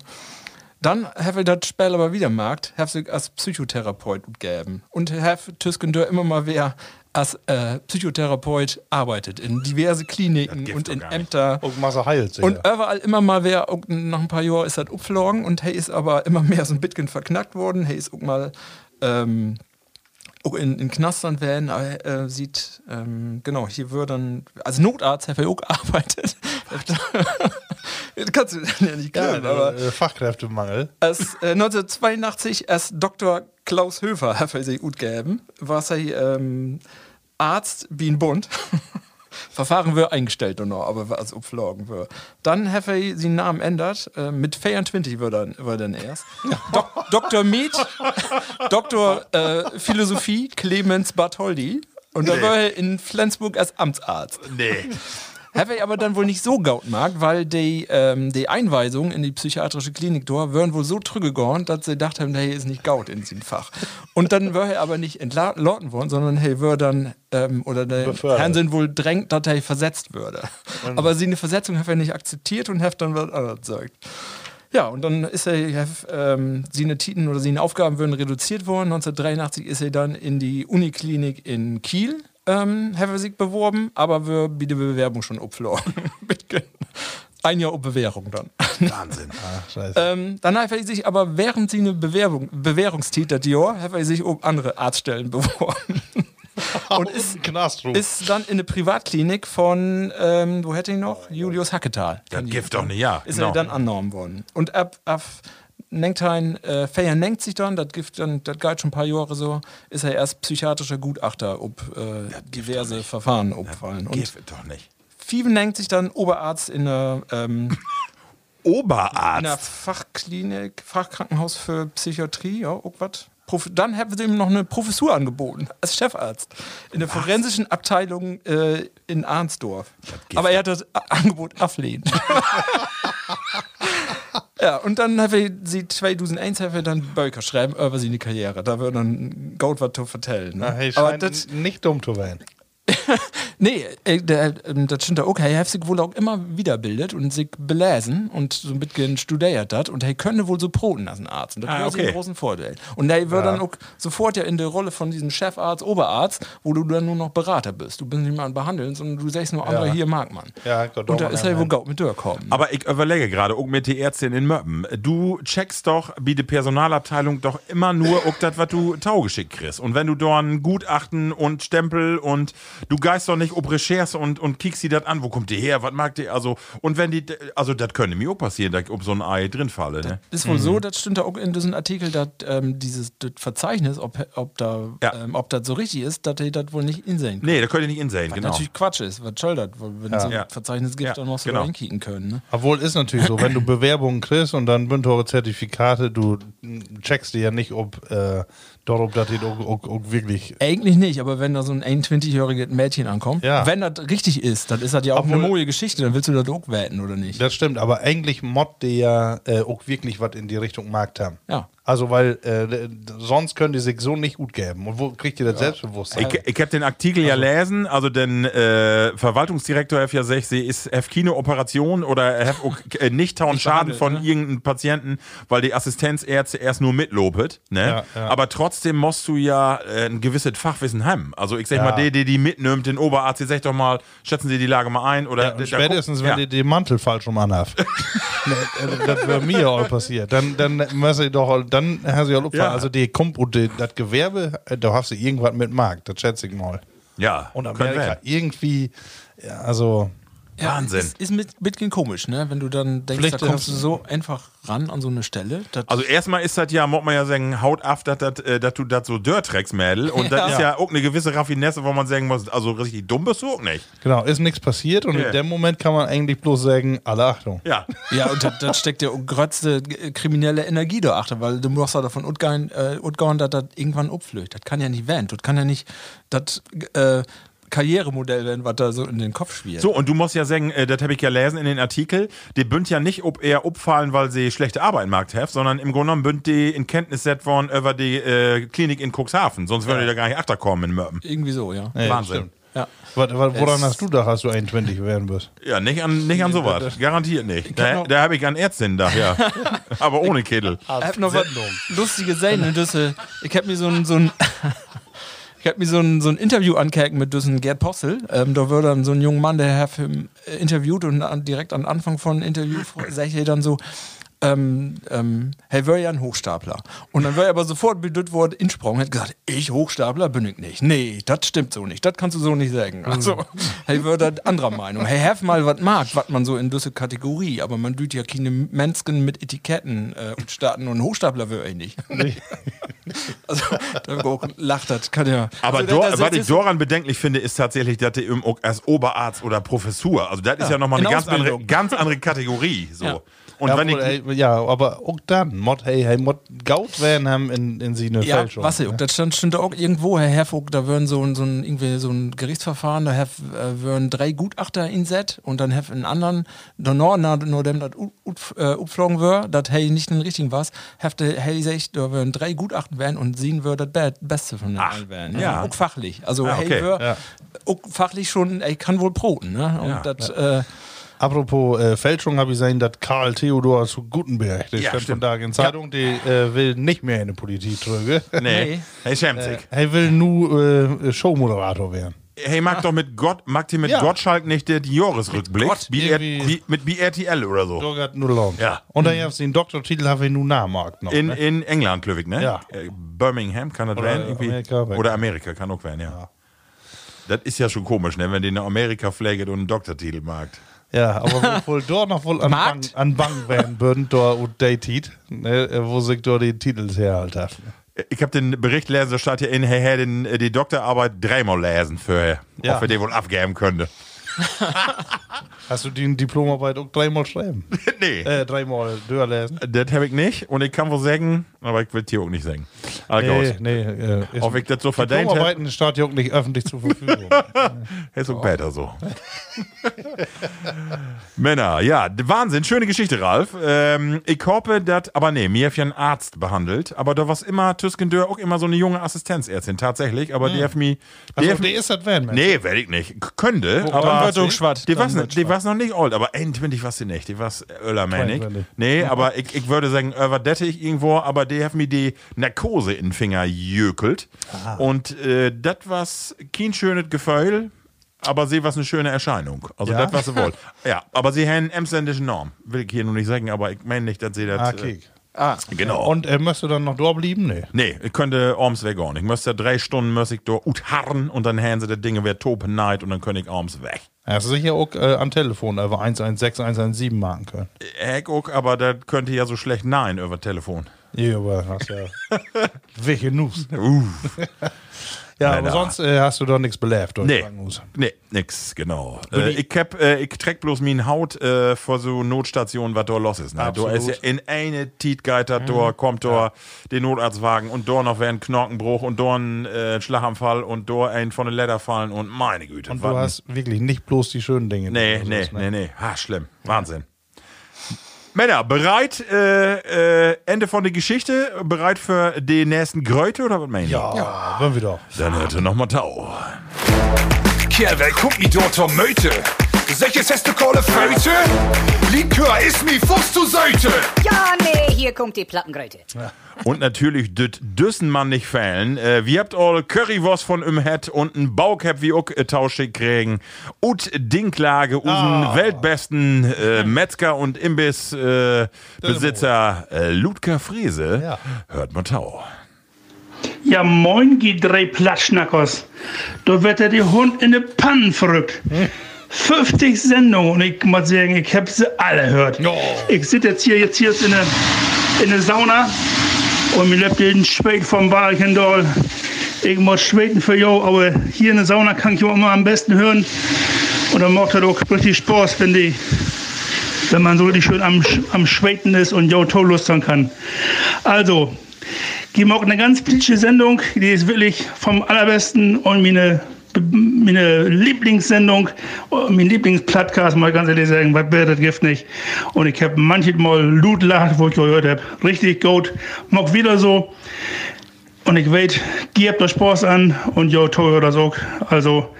Dann habe ich das Spiel aber wieder markt, habe sie als Psychotherapeut gegeben. Und habe Tüskendör immer mal wer als äh, Psychotherapeut arbeitet. In diverse
Das
Kliniken
geht
und
doch
in
gar nicht. Oh,
Ämter.
Und Masse heilt sich.
Und
ja.
überall immer mal wer, auch nach ein paar Jahren ist das upflogen und hey ist aber immer mehr so ein bisschen verknackt worden. Hey ist auch mal ähm, auch in, in Knastern werden, aber äh, sieht, ähm, genau, hier würde dann, als Notarzt hat er auch gearbeitet. das kannst du ja nicht glauben,
ja,
aber
äh, Fachkräftemangel.
als, äh, 1982 als Dr. Klaus Höfer, hat er sich gut gegeben, war er ähm, Arzt wie ein Bund. Verfahren wird eingestellt und noch, aber was upflogen wird. Dann hat er seinen Namen ändert, äh, mit 24 wird er, wird er dann erst. Dok Dr. Med, Dr. Äh, Philosophie Clemens Bartholdy und dann war er in Flensburg als Amtsarzt.
Nee.
Habe ich aber dann wohl nicht so gaut mag, weil die, ähm, die Einweisung in die psychiatrische Klinik dort wären wohl so trüggegorn, dass sie gedacht haben, hey, ist nicht gaut in diesem Fach. Und dann wäre er aber nicht entlauten worden, sondern hey, wäre dann, ähm, oder der
Befördert.
Fernsehen wohl drängt, dass er versetzt würde. Aber sie eine Versetzung hat er nicht akzeptiert und hat dann was anderes gesagt. Ja, und dann ist er, ja, f- ähm, seine Titen oder seine Aufgaben würden reduziert worden. 1983 ist er dann in die Uniklinik in Kiel, ähm, hat er sich beworben, aber wir bieten die Bewerbung schon abverloren. Ein Jahr auf Bewährung dann.
Wahnsinn.
Scheiße.
Ähm, dann hat er sich aber während seiner Bewerbung, Bewährungstäter Dior, hat er sich um andere Arztstellen beworben. und ist-
ein Knastruf.
Ist dann in eine Privatklinik von, ähm, wo hätte ich noch? Julius Hacketal.
Das gibt doch nicht, ja.
Ist
genau.
er dann angenommen worden. Und ab, ab Nengtein, äh, Feier nenkt sich dann, das gibt dann, das galt schon ein paar Jahre so, ist er erst psychiatrischer Gutachter, ob äh, diverse Verfahren obfallen. Und
Gibt doch nicht.
Fieven nenkt sich dann Oberarzt in der, ähm, in der
Oberarzt.
Fachklinik, Fachkrankenhaus für Psychiatrie, ja, auch was. Prof- dann haben sie ihm noch eine Professur angeboten als Chefarzt in der forensischen Abteilung äh, in Arnsdorf. Aber er hat das A- Angebot ablehnt. ja, und dann haben wir sie 2001 haben wir dann Böker schreiben über seine Karriere. Da wird dann Gold was zu vertellen. Ne?
Ach, hey,
Aber
scheint
das,
nicht dumm zu werden.
nee, äh, der, ähm, das stimmt auch. Okay, er hat sich wohl auch immer wiederbildet und sich belesen und so ein bisschen studiert hat. Und er könne wohl so proten als ein Arzt. Und das
Ah,
wäre so
okay.
einen großen Vorteil. Und er wird dann auch sofort ja in der Rolle von diesem Chefarzt, Oberarzt, wo du dann nur noch Berater bist. Du bist nicht mehr an Behandeln, sondern du sagst nur, andere hier mag man.
Ja, Gott,
und da
doch,
ist
Mann,
er wohl
Mann.
gaut mit durchgekommen.
Aber ich überlege gerade, auch mit die Ärztin in Möppen. Du checkst doch, wie die Personalabteilung doch immer nur auch das, was du taugeschickt kriegst. Und wenn du dort ein Gutachten und Stempel und du geist doch nicht ob Recherche und, und kickst sie das an, wo kommt die her, was mag die, also, und wenn die, also das könnte mir auch passieren, dass ich ob so ein Ei drin falle, ne?
Ist wohl so, das stimmt da auch in diesem Artikel, dass ähm, dieses das Verzeichnis, ob, ob da,
Ja.
ähm, ob das so richtig ist, dass die das wohl nicht insehen
Nee, da könnte ich nicht insane,
Was
genau.
natürlich Quatsch ist, was soll das? Weil Wenn so ein
Ja.
Verzeichnis gibt,
Ja,
dann musst du
genau.
da reinkicken können. Ne?
Obwohl ist natürlich so, wenn du Bewerbungen kriegst und dann Bündhore Zertifikate, du checkst dir ja nicht, ob äh, dort, ob das jetzt auch, auch, auch wirklich.
Eigentlich nicht, aber wenn da so ein 21-jähriges Mädchen ankommt,
Ja.
wenn das richtig ist, dann ist das ja auch eine
Obwohl-
neue Geschichte, dann willst du da auch werden, oder nicht?
Das stimmt, aber eigentlich mod die ja äh, auch wirklich was in die Richtung Markt haben.
Ja.
Also, weil äh, d- sonst können die sich so nicht gut geben. Und wo kriegt ihr das Selbstbewusstsein?
Ich, ich habe den Artikel ja lesen, also den äh, Verwaltungsdirektor F. Jasechse ist F. Kino Operation oder F. O- äh, nicht Town Schaden
behandelt,
von
ne?
irgendeinem Patienten, weil die Assistenzärzte erst nur mitlobet. Ne?
Ja, ja.
Aber trotzdem musst du ja äh, ein gewisses Fachwissen haben. Also ich sag
Ja.
mal, der, der die mitnimmt, den Oberarzt, der sagt doch mal, schätzen Sie die Lage mal ein. Oder
Ja, und spätestens, wenn
ja.
ihr den Mantel falsch um anhabt. Ne, äh, das wäre mir all passiert. Dann, dann muss ich doch, all- dann hast du ja Lupfer.
Ja.
Also, die kommt und die- das Gewerbe, äh, da hast du irgendwas mit Markt, das schätze ich mal.
Ja,
Und
können
Amerika
wir.
irgendwie, ja, also,
Wahnsinn.
Ist, ist mit, bisschen komisch, ne? wenn du dann denkst,
Vielleicht
da kommst
hast-
du so einfach ran an so eine Stelle. das-
Also erstmal ist das ja, muss man ja sagen, haut ab, dass dat, äh, dass du das so Dirt trägst, Mädel. Und das ist ja auch eine gewisse Raffinesse, wo man sagen muss, also richtig dumm bist du auch nicht.
genau, ist nichts passiert und
Ja.
in dem Moment kann man eigentlich bloß sagen, alle Achtung.
Ja.
ja, und da steckt ja grötzte äh, kriminelle Energie da achter, weil du musst ja davon utgein, äh, utgein, dass das irgendwann upflöht. Das kann ja nicht werden. Das kann ja nicht das äh, Karrieremodell werden, was da so in den Kopf schwirrt.
So, und du musst ja sagen, äh, das habe ich ja lesen in den Artikel, die bünd ja nicht ob eher abfallen, weil sie schlechte Arbeit im Markt haben, sondern im Grunde genommen bünd die in Kenntnis set worden über die äh, Klinik in Cuxhaven. Sonst würden die da gar nicht achterkommen in Mörpen.
Irgendwie so, ja.
Nee,
Wahnsinn.
Ja.
Wa- wa- woran
Es-
hast du da, hast du 21 werden wirst?
Ja, Genau. nicht an, nicht an sowas. Garantiert nicht. Da, da habe ich an Ärztin da, ja. Aber ohne Kittel.
Ich hab noch was Lustiges sehen in Düssel. Ich hab mir so ein, so ein ich hab mir so ein, so ein Interview ankerken mit Düssel Gerd Possel. Ähm, da wurde dann so ein junger Mann, der Herr Film äh, interviewt und an, direkt am Anfang von Interview sagt er dann so, ähm, ähm, Herr wär ja ein Hochstapler. Und dann wäre aber sofort bedüht worden, insprungen, hat gesagt, ich Hochstapler bin ich nicht. Nee, das stimmt so nicht, das kannst du so nicht sagen. Also, Herr wär da anderer Meinung. Herr Hef mal was mag, was man so in Düssel Kategorie, aber man düht ja keine Menschen mit Etiketten äh, und starten und Hochstapler wär ich nicht. also, da lacht das, kann ja.
Aber
also,
Dor-
da- da
was
sitzt-
ich daran bedenklich finde, ist tatsächlich, dass der eben auch als Oberarzt oder Professur, also das ist ja nochmal eine
in
ganz andere,
Ausbildung.
ganz andere Kategorie. So.
Ja.
Und
ja,
wenn
wohl,
ich,
ey, ja, aber auch dann, Mod, hey, hey, Mod, Gaut werden haben in, in sie eine
Ja,
Fälschung.
was ja. das stand, stand auch irgendwo, Herr Herfog, da würden so, ein- so, ein, irgendwie so ein Gerichtsverfahren, da hef, äh, würden drei Gutachter inset und dann hef einen anderen, der nur, na, nur dem das upflogen wär, dat hey nicht den richtigen was, hefte hey sich, da würden drei Gutachten werden und sehen wär das Be- Beste von den
Ach,
allen werden.
ja.
Auch fachlich. Also
Ah, okay,
hey wär,
ja.
auch fachlich schon, ey, kann wohl broten, ne? Und
Ja,
dat, Äh,
Apropos äh, Fälschung habe ich gesehen, dass Karl Theodor zu Gutenberg, der
Ja,
stand von
stimmt.
Tag in Zeitung, die äh, will nicht mehr in die Politik drücken.
nee,
Nee.
hey, schämt sich.
Er will nur äh, Showmoderator werden.
Hey, mag doch mit Gott, mag die mit
Ja.
Gottschalk nicht der Dioris-Rückblick?
Gott,
BR
irgendwie.
B- Mit BRTL oder so.
Sogar nur Long.
Ja.
Und dann gab es den Doktortitel, habe ich nur nachmarkt noch.
In,
ne?
in England, glaube ich, ne?
Ja.
Äh, Birmingham kann das
Oder
werden. Irgendwie.
Amerika, weiß
oder Amerika kann auch werden, ja. Das ist ja schon komisch, ne? wenn die eine Amerika-Flagge und einen Doktortitel mag.
Ja, aber wohl dort noch wohl an Bang,
Markt?
an Bang werden würden, dort und Dated, ne, äh, wo sich dort die halt Titel herhalten. darf.
Ich habe den Bericht lesen, da steht ja in, hey, hey, den, äh, die Doktorarbeit dreimal lesen für,
Ja.
ob wir den wohl abgeben könnte.
Hast du die Diplomarbeit auch dreimal schreiben?
nee.
Äh, dreimal durchlesen.
Das habe ich nicht und ich kann wohl sagen, aber ich will hier auch nicht sagen. Also,
nee. Äh,
Ob ich das so verdient hätte,
Diplomarbeiten steht ja auch nicht öffentlich zur Verfügung. Ah,
ist auch besser so. Männer, ja, d- Wahnsinn, schöne Geschichte, Ralf. Ähm, ich hoffe, dass, aber nee, mir hat ja ein Arzt behandelt, aber da war immer Tüskendör auch immer so eine junge Assistenzärztin, tatsächlich, aber die hat mich. die
also,
hat-
der ist das Van, Mensch.
Nee, werde ich nicht. K- Könnte,
Wo-
aber.
dann wird
auch schwatt,
Die
dann
war's
wird
nicht- die
schwatt.
war's noch nicht alt, aber 21 war sie nicht. Die war's äh, ölermännig.
22.
Nee, aber ich, ich würde sagen, überdette ich irgendwo, aber die hat mir die Narkose in den Finger jökelt.
Ah.
Und äh, das war's kein schönes Gefühl, aber sie was eine schöne Erscheinung. Also
Ja?
das was sie wollt. Ja, aber sie haben emsländischen Norm. Will ich hier nur nicht sagen, aber ich meine nicht, dass sie das.
Ah,
äh,
Kick.
genau.
Und äh, möchtest du dann noch dort bleiben? Nee.
Nee, ich könnte abends weg auch nicht. Ich müsste drei Stunden müsste ich da ut harren und dann haben sie die Dinge wer top neid und dann könnte ich abends weg.
Hast du sicher auch äh, am Telefon einfach 116, 117 machen können.
Ich Äh, auch, aber das könnte ja so schlecht nein über Telefon.
Ja, aber hast ja. Welche News?
Uff.
Ja,
Leider.
aber sonst äh, hast du doch nichts belebt.
Nee, nee, nix, genau. Äh, ich, hab, äh, ich treck bloß min Haut äh, vor so Notstationen, was da los ist. Ne? Da
Absolut. Mhm.
ist ja in eine Tietgeiter, da kommt da den Notarztwagen und da noch wer ein Knochenbruch und da ein äh, Schlaganfall und da ein von der Leder fallen und meine Güte.
Und
wat
du
ein-
hast wirklich nicht bloß die schönen Dinge.
Nee,
Also,
nee,
das-
nee, nee. Ha, schlimm. Wahnsinn. Männer, bereit, äh, äh, Ende von der Geschichte, bereit für den nächsten Gröte oder was meinen
Ja, "Ah, wollen wir doch.
Dann hörte nochmal Tau.
Kerl, guck mich dort zur Möte. Solches hast du Kohle Föte? Likör ist mir Fuchs zu Seite.
Ja, nee, hier kommt die Plattengröte.
Und natürlich düt düssen man nicht fällen. Äh, wir habt all Currywurst von im Head und ein Baucap wie uck äh, tauschig kriegen. Ut Dinklage, usen weltbesten äh, Metzger und Imbissbesitzer äh, Besitzer, äh, Ludger Friese.
Ja.
Hört mal Tau.
Ja, moin, Gidrei Platschnackers. Da wird der Hund in die Pannen verrückt. 50 Sendungen und ich muss sagen, ich hab sie alle gehört. Ich sitze jetzt hier, jetzt hier in der in der Sauna und mir lebt jeden Schwed vom Balken doll. Ich muss schweden für Jo, aber hier in der Sauna kann ich jo immer am besten hören. Und dann macht er doch richtig Spaß, wenn die wenn man so richtig schön am, Sch- am Schweten ist und Jo toll lustern kann. Also, geben auch eine ganz politische Sendung, die ist wirklich vom allerbesten und meine, meine Lieblingssendung, und mein Lieblingspodcast, mal ganz ehrlich sagen, was wäre das Gift nicht. Und ich habe manchmal Loot lacht, wo ich gehört habe, richtig gut, mag wieder so. Und ich weiß, gebt euch Spaß an und jo, toll oder so. Also,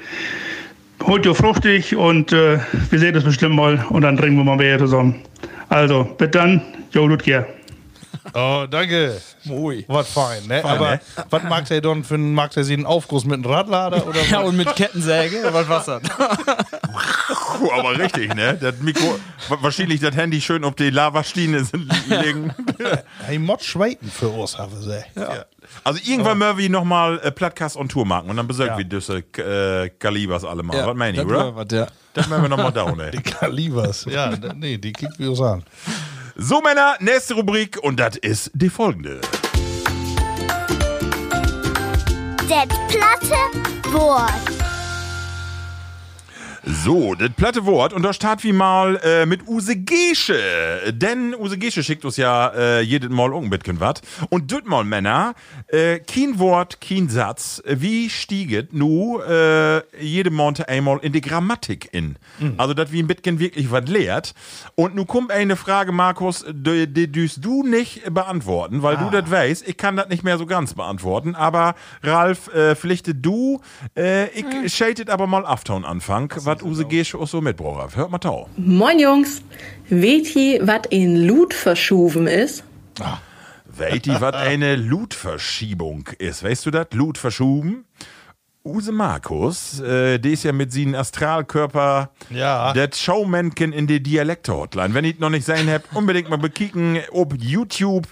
holt ihr fruchtig und äh, wir sehen das bestimmt mal und dann trinken wir mal Bier zusammen. Also, bis dann, jo, Ludger.
Oh, danke.
Ui.
Was fein, ne? Aber
ne?
was mag der dann für einen, mag der sie einen Aufguss mit einem Radlader oder
Ja,
was?
und mit Kettensäge, was Wasser.
Puh, aber richtig, ne? Das Mikro, wa- wahrscheinlich das Handy schön auf die Lavastiene sind legen.
Hey, Mod Schweden für uns haben sie.
Ja. Also irgendwann mögen wir nochmal äh, Plattcast on Tour machen und dann besorgen wir diese äh, Kalibers alle mal. was meine ich, oder?
Was, ja.
Dann machen wir nochmal down, ey.
Kalibers. Ja, d- nee, die kickt wir uns an.
So, Männer, nächste Rubrik und das ist die folgende.
Det platte Wort.
So, das platte Wort und da start wie mal äh, mit Use Gesche. Denn Use Gesche schickt uns ja äh, jedes Mal unbitken wat. Und das mal, Männer, äh, kein Wort, kein Satz, wie stieget nu äh, jede Monte einmal in die Grammatik in? Also, das wie ein Bitken wirklich was lehrt. Und nu kommt eine Frage, Markus, die die düst du nicht beantworten, weil du das weißt. Ich kann das nicht mehr so ganz beantworten. Aber Ralf, äh, pflichtet du, äh, ich mhm. aber mal Afton Anfang, was Use Gesch auch so mitbraucht. hat. Hört mal tau.
Moin, Jungs. Weht je, was in Lut verschoben ist?
Welt, die was eine Lutverschiebung ist. Weißt du das? Lut verschoben. Use Markus, äh, die ist ja mit seinem Astralkörper
Ja.
der Showmanken in die Dialekte-Hotline. Wenn ihr noch nicht sein habt, unbedingt mal bekicken, ob YouTube,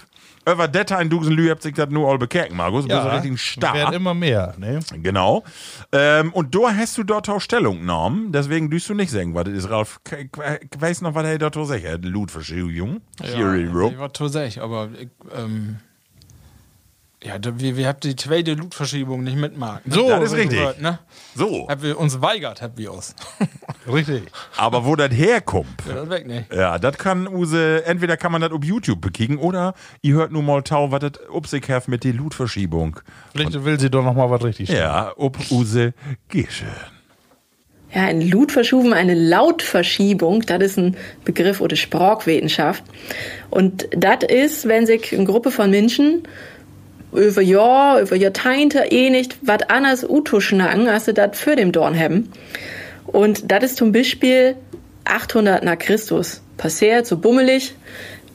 über Detta in Dusenlü, habt sich das nur all bekerken, Markus. Du bist ein richtiger Star.
Werden immer mehr, ne?
Genau. Ähm, und da hast du dort auch Stellung genommen. Deswegen düst du nicht sagen, was das ist. Ralf, ich weiß noch, was er dort sagt. Lutverschiebung.
Ja,
Hero.
Ich war tatsächlich, aber ich, ähm, Ja, da, wir, wir haben die zweite Lootverschiebung nicht mitmacht.
So, das ist richtig.
ne?
So.
Haben wir uns weigert, haben wir uns.
Richtig.
Aber wo das herkommt,
Ja, das weg, ne?
ja, das kann Use, entweder kann man das auf YouTube bekicken oder ihr hört nur mal Tau, was das Upsig have mit der Lootverschiebung.
Vielleicht will sie doch noch mal was richtig
Ja, ob Use Gesche.
Ja, ein Lutverschuben, eine Lautverschiebung, das ist ein Begriff oder Sprachwissenschaft. Und das ist, wenn sich eine Gruppe von Menschen über Jahr, über Jahrzehnte eh nicht was anderes utuschnacken, als sie das für dem Dorn haben. Und das ist zum Beispiel 800 nach Christus passiert, so bummelig.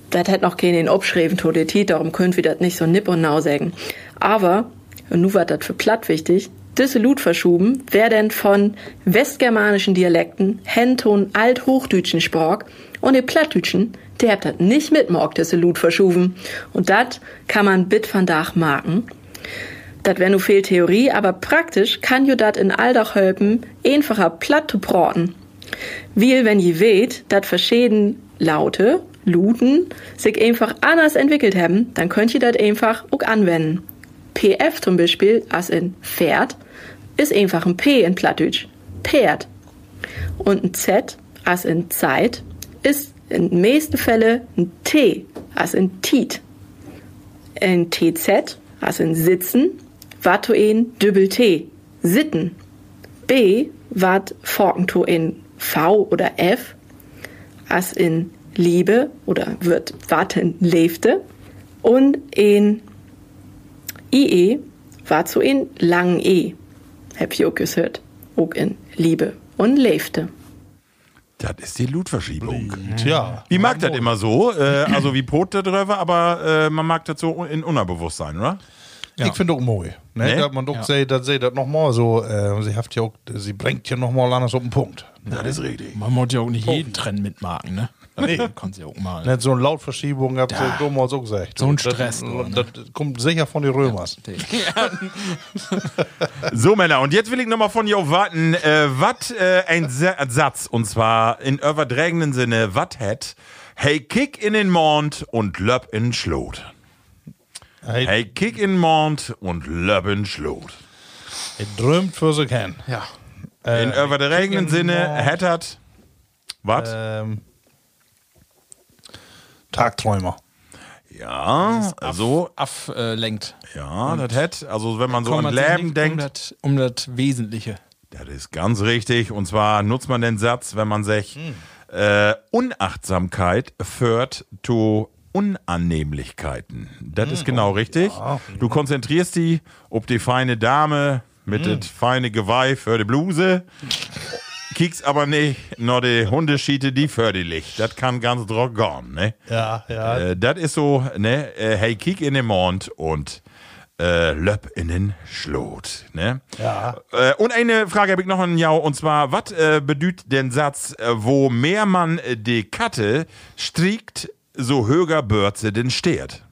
Das hat noch keinen Obschreiben, to der Tiet, darum können wir das nicht so nipp und nau sägen. Aber, und nu war das für platt wichtig, diese Lut verschoben, wer denn von westgermanischen Dialekten, Henton, Althochdeutschen sprach und den Plattdeutschen, der hat das nicht mitmorgt, diese Lut verschoben. Und das kann man bit van Dach marken. Das wär nu viel Theorie, aber praktisch kann jo dat in Aldach helfen, einfacher platt zu braten. Weil, wenn je weht, dat verschieden Laute, Luten, sich einfach anders entwickelt haben, dann könnt ihr dat einfach auch anwenden. PF zum Beispiel, as in Pferd, ist einfach ein P in Plattdeutsch. Pferd. Und ein Z, as in Zeit, ist in den meisten Fällen ein T, as in Tiet ein TZ, also ein Sitzen, wat du in Dübel T, Sitten. B, wat forken du in V oder F, as in Liebe oder wird warten lebte. Und in IE, wat so in lang E, hab ich auch gehört, auch in Liebe und lebte.
Das ist die Lootverschiebung.
Tja.
Wie mag das immer so? Äh, also wie Pot da drüber, aber äh, man mag das so in Unterbewusstsein, oder?
Ich finde auch mooi. Ne?
Ne?
Dass man doch
Ja.
sagt, dass sie das nochmal so, äh, sie, haft ja auch, sie bringt ja nochmal anders auf den Punkt.
Das ist richtig.
Man muss ja auch nicht jeden Trend mitmachen, ne?
Nee.
Kannst ja auch mal.
Nicht so eine Lautverschiebung, habt ihr damals auch gesagt.
So ein
Das-
Stress, nur, ne?
Das, das kommt sicher von den Römers.
So, Männer, und jetzt will ich nochmal von dir warten. Äh, was äh, ein Sa Satz, und zwar in überdrängenden Sinne, was hat Hey Kick in den Mond und Löb in Schlot.
Hey.
Hey Kick in den Mond und Löb in Schlot.
Er drömt für sich hin.
Ja.
Äh,
in überdrängenden
Kick in den
Sinne,
Mond.
hättert. Was?
Ähm, Tagträumer.
ja, so.
Ablenkt.
Ja, das hätt. Also, wenn man so an
Kümmert sich
Leben
nicht
denkt.
Um das, um das Wesentliche.
Das ist ganz richtig. Und zwar nutzt man den Satz, wenn man sich äh, Unachtsamkeit führt zu Unannehmlichkeiten. Das ist genau richtig. Du konzentrierst dich auf die feine Dame mit das feine Geweih für die Bluse. Kiekst aber nicht, nur die Hundeschiete, die für die Licht. Das kann ganz drauf gehen, ne?
Ja, ja.
Äh, das ist so, ne, äh, hey, kick in den Mond und äh, löpp in den Schlot, ne?
Ja.
Äh, und eine Frage habe ich noch an Jau, und zwar, was äh, bedüht den Satz, äh, wo mehr man äh, die Katte striegt, so höher Börze denn steht?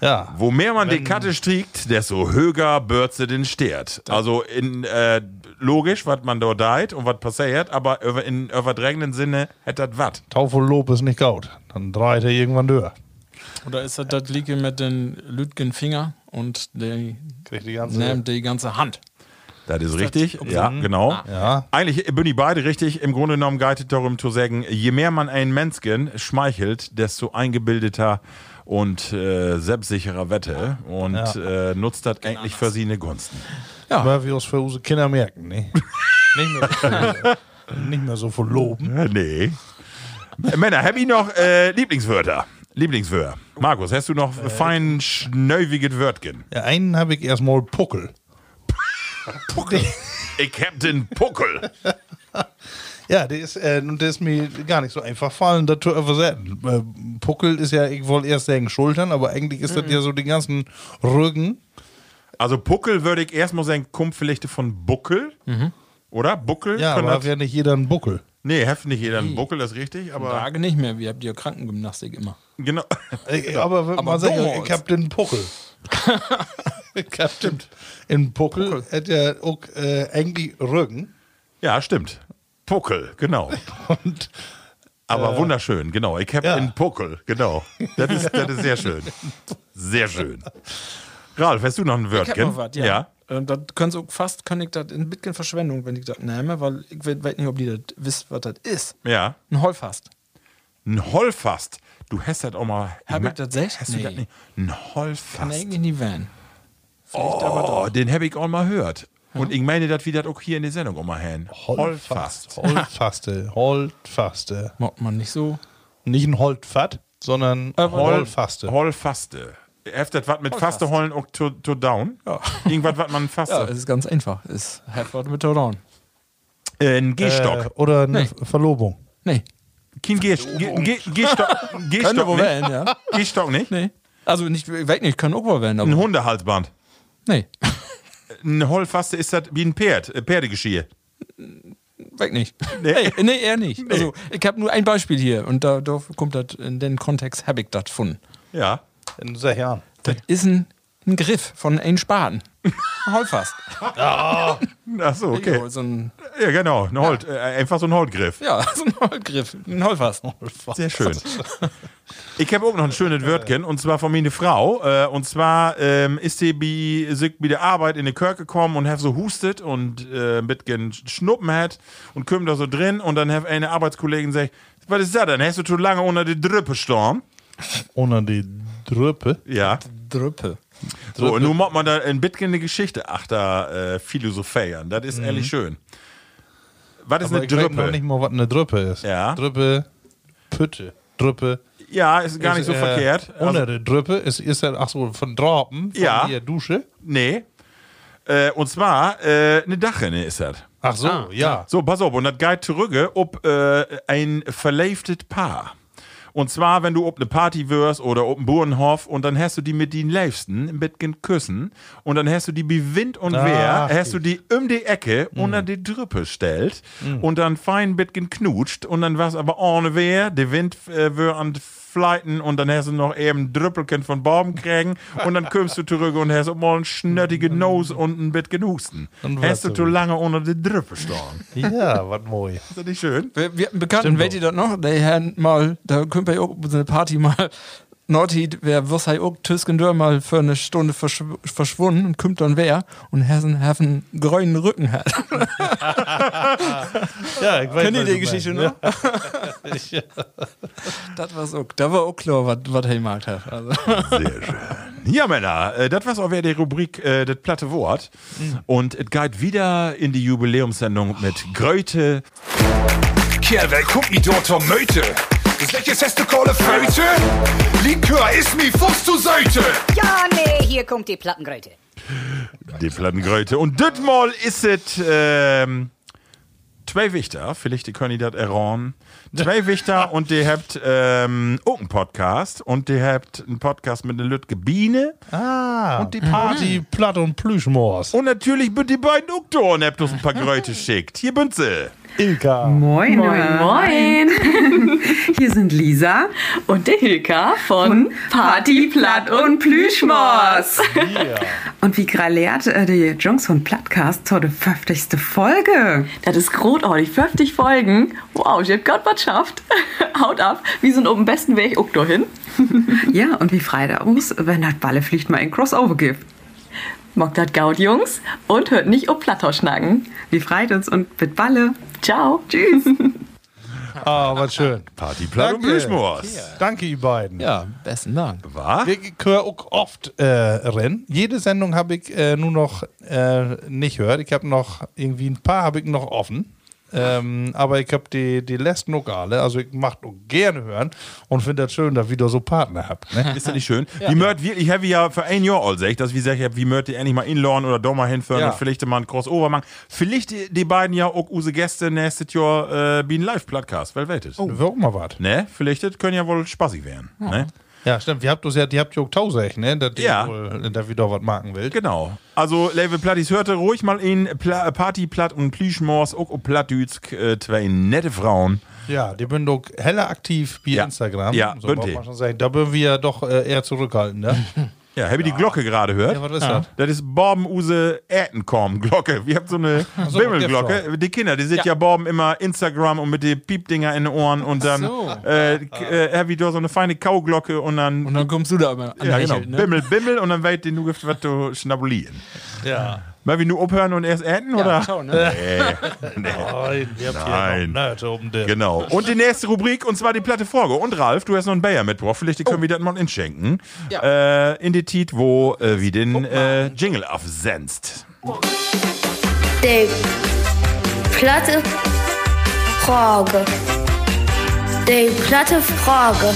ja.
Wo mehr man die Katte striegt, desto höher Börze denn steht. Also in, äh, logisch, was man dort deit und was passiert, aber über- in überdrängenden Sinne hätte das was.
Taufe und Lob ist nicht gut. Dann dreht er irgendwann durch.
Oder ist das das Liege mit den lütgen Finger und die,
Kriegt die ganze.
ne, die ganze Hand?
Das ist richtig, ja, genau.
Ja.
Eigentlich bin ich beide richtig. Im Grunde genommen geht darum zu sagen, je mehr man einen Menschen schmeichelt, desto eingebildeter und äh, selbstsicherer Wette und äh, nutzt das eigentlich für sie eine Gunsten.
Weil wir uns für unsere Kinder merken, ne? nicht, mehr, nicht mehr so verloben.
Äh, Nee. Äh, Männer, hab ich noch äh, Lieblingswörter? Lieblingswörter. Markus, hast du noch
Äh,
fein schnäuwiges Wörtgen?
Ja, einen habe ich erstmal Puckel. Puckel?
Ich hab den Puckel.
Ja, der ist, äh, und der ist mir gar nicht so einfach fallen, das zu übersetzen. Äh, Puckel ist ja, ich wollte erst sagen Schultern, aber eigentlich ist
Mhm.
das ja so den ganzen Rücken.
Also Puckel würde ich erstmal sagen, kommt vielleicht von Buckel. Oder? Buckel?
Mhm. Ja,
Können
aber hat
das-
ja nicht jeder einen Buckel.
Nee, heft nicht jeder einen Buckel, das ist richtig, aber
Frage nicht mehr, wir habt ja Krankengymnastik immer.
genau.
Äh, aber wenn
Aber
man sagt,
damals.
ich hab den Puckel. ich hab den, den Puckel, hat ja auch äh, eigentlich Rücken.
Ja, stimmt. Puckel, genau.
Und
Aber wunderschön, genau. Ich hab einen Puckel, genau. Das ist, das ist sehr schön. Sehr schön. Ralf, hast du noch ein Wörtchen?
Ich hab noch was, ja. Ähm, das können sie auch fast, kann ich das in bisschen Verschwendung, wenn ich das nehme, weil ich we- weiß nicht, ob die das wisst, was das ist.
ja. Ja.
Ein Holfast.
Ein Holfast. Du hast das auch mal.
Hab ich
mein-
das selbst?
Hast du das
Nee.
nicht? Ein
Kann
Holfast.
eigentlich in die Van. Vielleicht aber doch.
Oh, den habe ich auch mal gehört. Und ich meine, das wie das auch hier in der Sendung auch mal hin. Holfast.
Holdfaste, Holdfaste.
Macht man nicht so.
Nicht ein Holdfat, sondern Holdfaste.
Holfaste. Heft das was mit Faste holen auch to, to down? Irgendwas, was man
Ja,
faste.
es ist ganz einfach. Es hat was mit Down.
Äh, ein Gehstock.
Äh, oder eine
Nee.
Verlobung.
Nee.
Kein Gehstock. Gehstock.
Könnte
Gehstock
wohl
nicht.
werden, ja.
Gehstock nicht.
Nee. Also nicht, ich weiß nicht, kann auch wohl werden,
Ein
aber.
Hundehalsband.
Nee.
Ein Holfaste ist das wie ein Pferd. Äh, Pferdegeschirr.
Weg nicht.
Nee.
Nee. Nee, eher nicht. Also, ich habe nur ein Beispiel hier und da, da kommt das, in den Kontext habe ich das von.
Ja.
In sechs Jahren.
Das ist ein, ein Griff von einem Spaten. Ein Holfast.
Ach so, okay.
Jo, So Also ein,
Ja, genau. Ein Holt, äh, einfach so ein Holtgriff.
ja, so ein Holzgriff. Ein Holfast.
Sehr schön. Ich habe auch noch ein schönes Wörtchen und zwar von mir eine Frau. Äh, und zwar ähm, ist sie bei, sich bei der Arbeit in die Kirche gekommen und hat so hustet und äh, ein bisschen Schnuppen hat und kümmert da so drin. Und dann hat eine Arbeitskollegin gesagt: Was ist das denn? Hast du zu lange unter die Drüppe storm?
Ohne die Drüppe.
Ja.
Drüppe.
So, und nun macht man da ein bisschen eine Geschichte achter äh, philosophieren. Das ist ehrlich schön. Was ist
Mhm. Aber
eine
ich weiß noch
Drüppe?
nicht mal, was eine Drüppe ist.
Ja.
Drüppe, Pütte. Drüppe.
Ja, ist gar nicht so
ist, äh,
verkehrt. Also,
Ohne die Drüppe ist, ist ja, ach so, von Dropen. Von
Ja.
Hier Dusche.
Nee. Äh, und zwar äh, eine Dachrinne ist das.
Ach so,
Ah.
ja.
So, pass auf, und das geht zurück ob äh, ein verleiftes Paar. Und zwar, wenn du ob eine Party wirst oder ob einen Burenhof und dann hast du die mit den Leifsten im Bett gen küssen und dann hast du die wie Wind und
Ach, Mm.
Wehr, hast
ich.
du die um die Ecke unter die Drüppe stellt
Mm.
und dann fein Bett gen knutscht und dann war's aber ohne Wehr, der Wind äh, wär an Fleiten und dann hast du noch eben Drüppelchen von Baum kriegen und dann kommst du zurück und hast auch mal einen schnöttigen Nose und ein Bett gen Husten.
Mm. Dann war's
Hast du
so.
zu lange unter die Drüppe stehen.
Ja, was moi.
Ist das nicht schön?
Wir, wir hatten einen Bekannten, welche das noch? Der Herrn mal, da können wir ja auch so eine Party mal. Norti, wer wirst halt auch Tüsken Dörr mal für eine Stunde verschw verschwunden und kümmt dann wer und Hessen hat einen grünen Rücken hat.
Ja, ich weiß,
Kennt ihr
was
die
du
Geschichte
meinst.
noch? das war's auch. Da war auch klar, was, was er gemacht hat. Also.
Sehr schön. Ja, Männer, äh, das war's auch wieder die Rubrik äh, Das platte Wort. Und es geht wieder in die Jubiläumssendung mit Gröte.
Kerl, wer guckt mich dort zur Möte? Welches hast du Kohle Föte? Likör ist mir Fuchs zu Seite.
Ja, nee, hier kommt die Plattengröte.
Die Plattengröte. Und das mal ist es. Ähm, Zwei Wichter, vielleicht die können die das erraten. Zwei Wichter und die habt ähm, auch einen Podcast. Und die habt einen Podcast mit einer Lütke Biene.
Ah, und die
Mhm.
Party Platt und Plüschmoors.
Und natürlich bünd die beiden Uktoren habt uns ein paar Gröte schickt. Hier bünd sie.
Ilka.
Moin,
Moin, moin.
Hier sind Lisa.
Und der Hilka von Party, Platt und Plüschmaus.
Und wie gralert äh, die Jungs von Plattcast zur 50. Folge?
Das ist großartig. 50 Folgen. Wow, ich hab Gott was schafft. Haut ab. Wir sind auf dem besten Weg auch dahin.
Ja, und wie frei da aus, wenn das Balle fliegt mal ein Crossover gibt.
Mockt dat Gaut, Jungs. Und hört nicht auf Plattau schnacken.
Wie freit uns und mit Balle.
Ciao. Tschüss.
Ah, was schön.
Party, Platt und
Danke.
Plüschmoors.
Danke, ihr beiden.
Ja, besten Dank.
War?
Ich höre auch oft äh, Rennen. Jede Sendung habe ich äh, nur noch äh, nicht gehört. Ich habe noch irgendwie ein paar habe ich noch offen. Ähm, aber ich habe die, die letzten auch alle. Also ich mache auch gerne hören und finde das schön, dass ihr da so Partner habt. Ne?
Ist das nicht schön? Wie mört wir, ich habe ja für ein Jahr all gesagt, dass wir gesagt haben, wie mört ihr endlich mal inlorn oder doch mal hinführen
Ja.
und vielleicht mal ein Crossover machen. Vielleicht die, die beiden ja auch use Gäste nächstes Jahr äh, wie ein Live-Podcast, weil welches?
Oh. Wir auch mal was.
Ne? Vielleicht das können ja wohl spaßig werden. Ne?
Ja, stimmt. Ihr habt das ja, die habt ihr auch tausend, ne? Dass ihr
Ja.
wohl, dass ihr da was machen wollt.
Genau. Also, Level Plattis hörte ruhig mal in Pla Partyplatt und Plüschmors, auch auf Plattdütsk, äh, zwei nette Frauen.
Ja, die sind doch heller aktiv wie
Ja.
Instagram.
Ja,
so
sind
muss
die.
man schon sagen. Da bin wir ja doch äh, eher zurückhaltend. Ne?
Ja, habe ich die Glocke gerade gehört?
Ja, was ist
ja.
das?
Das ist Borbenuse Ätenkorn-Glocke. Wir haben so eine
so, mit der
Bimmelglocke. Die Kinder, die sind ja.
Ja.
Borben immer Instagram und mit den Piepdinger in den Ohren und dann
so.
äh, k- äh, Heavy Door so eine feine Kauglocke und dann.
Und dann kommst du da immer
ja, genau.
anhecheln, ne?
Bimmel, Bimmel und dann weißt du, du gibst, was du schnabulieren.
Ja.
Mal wie nur abhören und erst enden, oder?
schau, ne?
Nee. nee.
Oh,
Nein, wir haben hier
Nein.
noch Nerd oben drin.
Genau. Und die nächste Rubrik, und zwar die platte Folge. Und Ralf, du hast noch einen Bayer mitgebracht. Vielleicht können wir das mal inschenken. Äh, in die Tit, wo äh, wie den äh, Jingle aufsenzt.
Die platte Frage. Die platte Frage.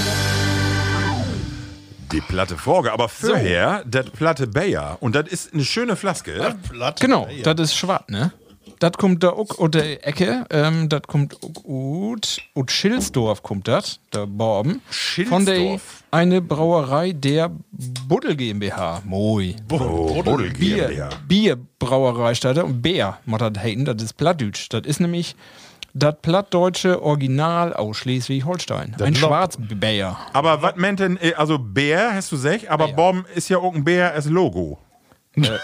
Die platte Folge. Aber vorher, das platte Bayer. Und das ist eine schöne Flaske.
Platte.
Genau, das ist schwarz, ne? Das kommt da auch aus der Ecke. Ähm, das kommt auch aus, aus Schilsdorf, kommt das, der Borben. Von der
Schilsdorf?
eine Brauerei der Buddel GmbH. Moi.
Oh, Buddel
Bier,
GmbH.
Bierbrauerei statt und Bär macht das haten, das ist Plattdütsch. Das ist nämlich das plattdeutsche Original aus Schleswig-Holstein. Ein Schwarzbär.
Aber was meint denn, äh, also Bär, hast du sech, aber Bomben ist ja auch ein Bär als Logo.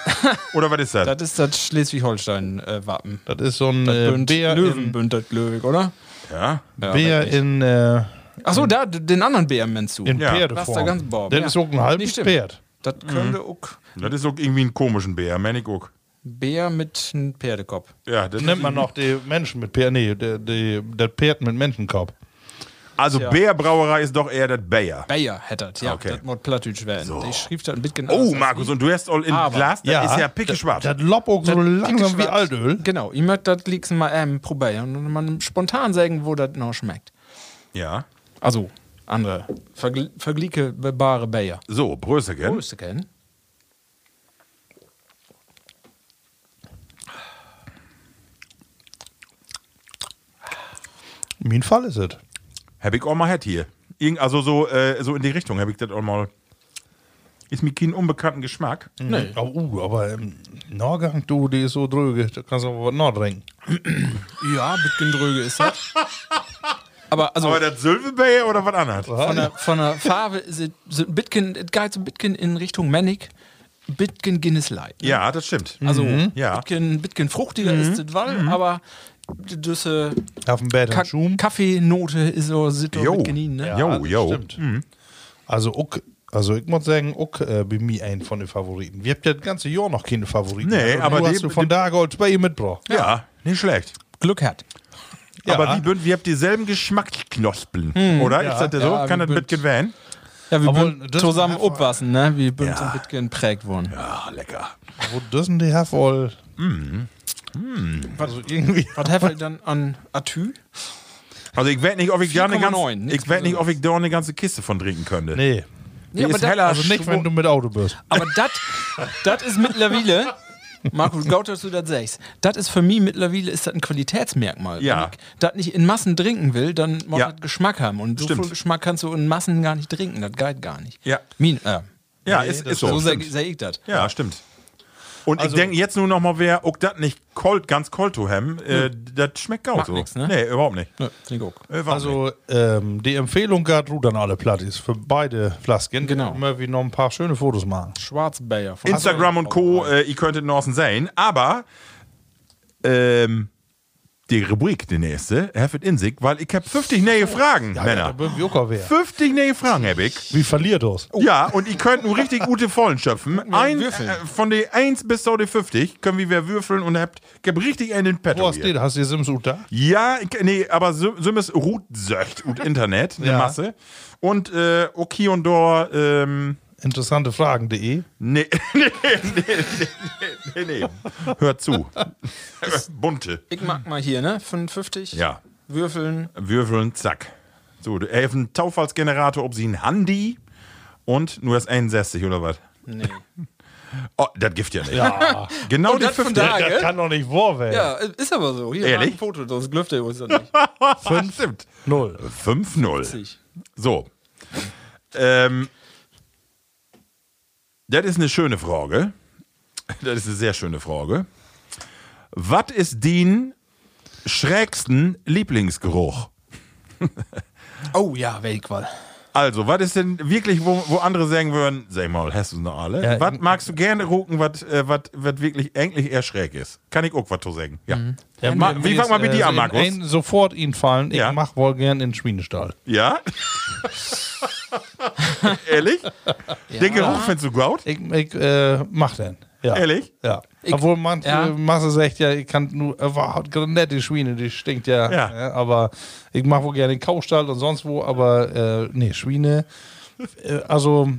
Oder was ist das?
Das ist das Schleswig-Holstein-Wappen.
Das ist so ein
Das
äh,
Bünd-
Bär, in,
Löwenbünd, das Löwig, oder?
Ja.
Bär in, äh,
Achso, da, d- den anderen Bär meinst du.
in
Ja.
Das
Pferdeform.
ist der ganz Borben.
das
ja.
ist auch ein
Nee,
halbes
stimmt.
Pferd.
Das
Mhm.
könnte auch
Das ist auch irgendwie ein komischen Bär, mein ich auch.
Bär mit einem Pferdekopf.
Ja, das
Nimmt man noch die Menschen mit Pferd, nee, der, der, der Pferd mit Menschenkopf.
Also Bärbrauerei ist doch eher das Bayer.
Bayer hätte das, ja.
Okay.
Das muss plattdütsch werden.
So.
Ich schrieb genau da ein bisschen
Oh,
anders.
Markus, und du hast all in
Aber-
Glas, das
Ja.
ist ja pickeschwarz.
Das lopp auch so langsam wie
Schwarz.
Altöl.
Genau, ich möchte das liegt mal ähm, probieren und man spontan sagen, wo das noch schmeckt.
Ja.
Also, andere vergl vergleichbare Bayer.
So, Bröse, gell?
Größte kennen.
Mein Fall ist es.
Hab ich auch mal hat hier. Irgend, also so, äh, so in die Richtung hab ich das auch mal. Ist mir kein unbekannten Geschmack.
Nee. Aber, uh, aber ähm, Norgang, du, die ist so dröge, da kannst du aber was nachdenken.
Ja, ein bisschen dröge ist das. Aber also
Aber das Sylvebayer oder was anderes?
von, der, von der Farbe ist es so ein bisschen, es geht so ein bisschen in Richtung Manic, ein bisschen Guinness Light.
Ja, das stimmt.
Also,
Ja.
ein bisschen, ein bisschen fruchtiger ist das Wall, aber diese
Auf dem Bett
Ka
und Schum.
Kaffeenote ist so, sieht doch
Mhm. Jo.
mit genießen, ne?
Jo,
das
jo. Mhm.
Stimmt. Also, uck, also ich muss sagen, uck, äh, bei mir ein von den Favoriten. Wir habt ja das ganze Jahr noch keine Favoriten.
Nee,
Und
aber
du
die-
hast du von
die-
da Gold bei ihr mitgebracht.
Ja, nicht schlecht.
Glück hat.
Ja.
Aber wie bünd, wir habt dieselben Geschmacksknospen, oder? Ist das so?
Ja,
Kann
wie
das mit
bünd.
gewähren?
Ja, wir
Obwohl,
sind
das-
zusammen obwassen, ne? Wir sind
Ja.
so ein bisschen geprägt worden.
Ah, lecker.
Wo dürfen die her voll? Also irgendwie.
Was haben wir dann an Atü?
Also ich werd nicht, ob ich da eine ganze,
4,9, nichts
ich werd nicht, ob ich da eine ganze Kiste von trinken könnte.
Nee.
Die ist
aber da-
heller
Also nicht, wenn du mit Auto bist.
Aber das das ist mittlerweile, Markus, gaut, dass du das sagst, das ist für mich mittlerweile ist das ein Qualitätsmerkmal.
Ja.
Wenn ich das nicht in Massen trinken will, dann muss
Ja.
das Geschmack haben. Und so
Stimmt.
viel Geschmack kannst du in Massen gar nicht trinken. Das geht gar nicht.
Ja.
Min, äh,
Ja, ist, ist so.
so
stimmt.
sag sag ich das.
Ja, stimmt. Und ich denke jetzt nur noch mal, wer auch das nicht cold, ganz cold to hem, äh, das schmeckt auch
Macht
so.
nix, ne?
Nee, überhaupt nicht. Äh,
Ne, find ich auch.
Überhaupt nicht.
Also ähm, die Empfehlung gab Rudern alle Plattis für beide Flasken.
Genau.
Immer wie noch ein paar schöne Fotos machen.
Schwarzbayer. von-
Instagram und Co., äh, ihr könntet Norsen sein, aber ähm, die Rubrik, die nächste, Hefet in sich, weil ich hab 50 neue Fragen, Männer.
Da wie auch wer.
50 neue Fragen hab ich.
Wie verliert das?
Ja, und ihr könnt nur richtig gute Vollen schöpfen. Ein,
würfeln.
äh, von der 1 bis zur 50 können wir wer würfeln und habt, gebt richtig einen in den Petto.
Wo hast
hier.
du das? Hast du Sims Ut da?
Ja, ich- nee, aber Sümmes ruht söcht und Internet, eine
Ja.
Masse. Und äh, okay und Dor, ähm,
Interessantefragen.de.
nee, nee, nee, nee, nee, nee. Hört zu. Äh, Bunte.
Ich mag mal hier, ne? 55.
Ja.
Würfeln.
Würfeln, zack. So, du helfen Taufallsgenerator, ob sie ein Handy und nur das 61 oder was?
Nee.
Oh, das gibt ja nicht. Genau die
Oh, das von
50.
da, gell?
kann doch nicht wahr werden.
Ja, ist aber so. Hier,
Ehrlich?
mach ein Foto, das glüfft ihr uns doch nicht.
Fünf, stimmt.
Null.
5-0.
Witzig.
So. Ähm, das ist eine schöne Frage. Das ist eine sehr schöne Frage. Was ist dein schrägsten Lieblingsgeruch?
Oh ja, Weltqual.
Also, was ist denn wirklich, wo, wo andere sagen würden, sag mal, hast du noch alle?
Ja,
was magst du gerne gucken, was äh, was- was wirklich eigentlich eher schräg ist? Kann ich auch was zu sagen. Ja.
Mhm.
ja Ma, wie fang mal mit dir an, Markus?
äh, Ein, sofort ihn fallen. Ich mach wohl gern in den Schmiedestall.
ja? Ehrlich? Den Geruch findest du gut?
Ich, ich äh, mach den. Ja.
Ehrlich?
Ja.
Ich-
Obwohl man,
Ja.
ja. Masse sagt, ja, ich kann nur überhaupt gerade nicht die Schweine, die stinkt ja.
Ja.
Aber ich mache wohl gerne den Kaustall und sonst wo, aber äh, nee, Schweine. äh, also.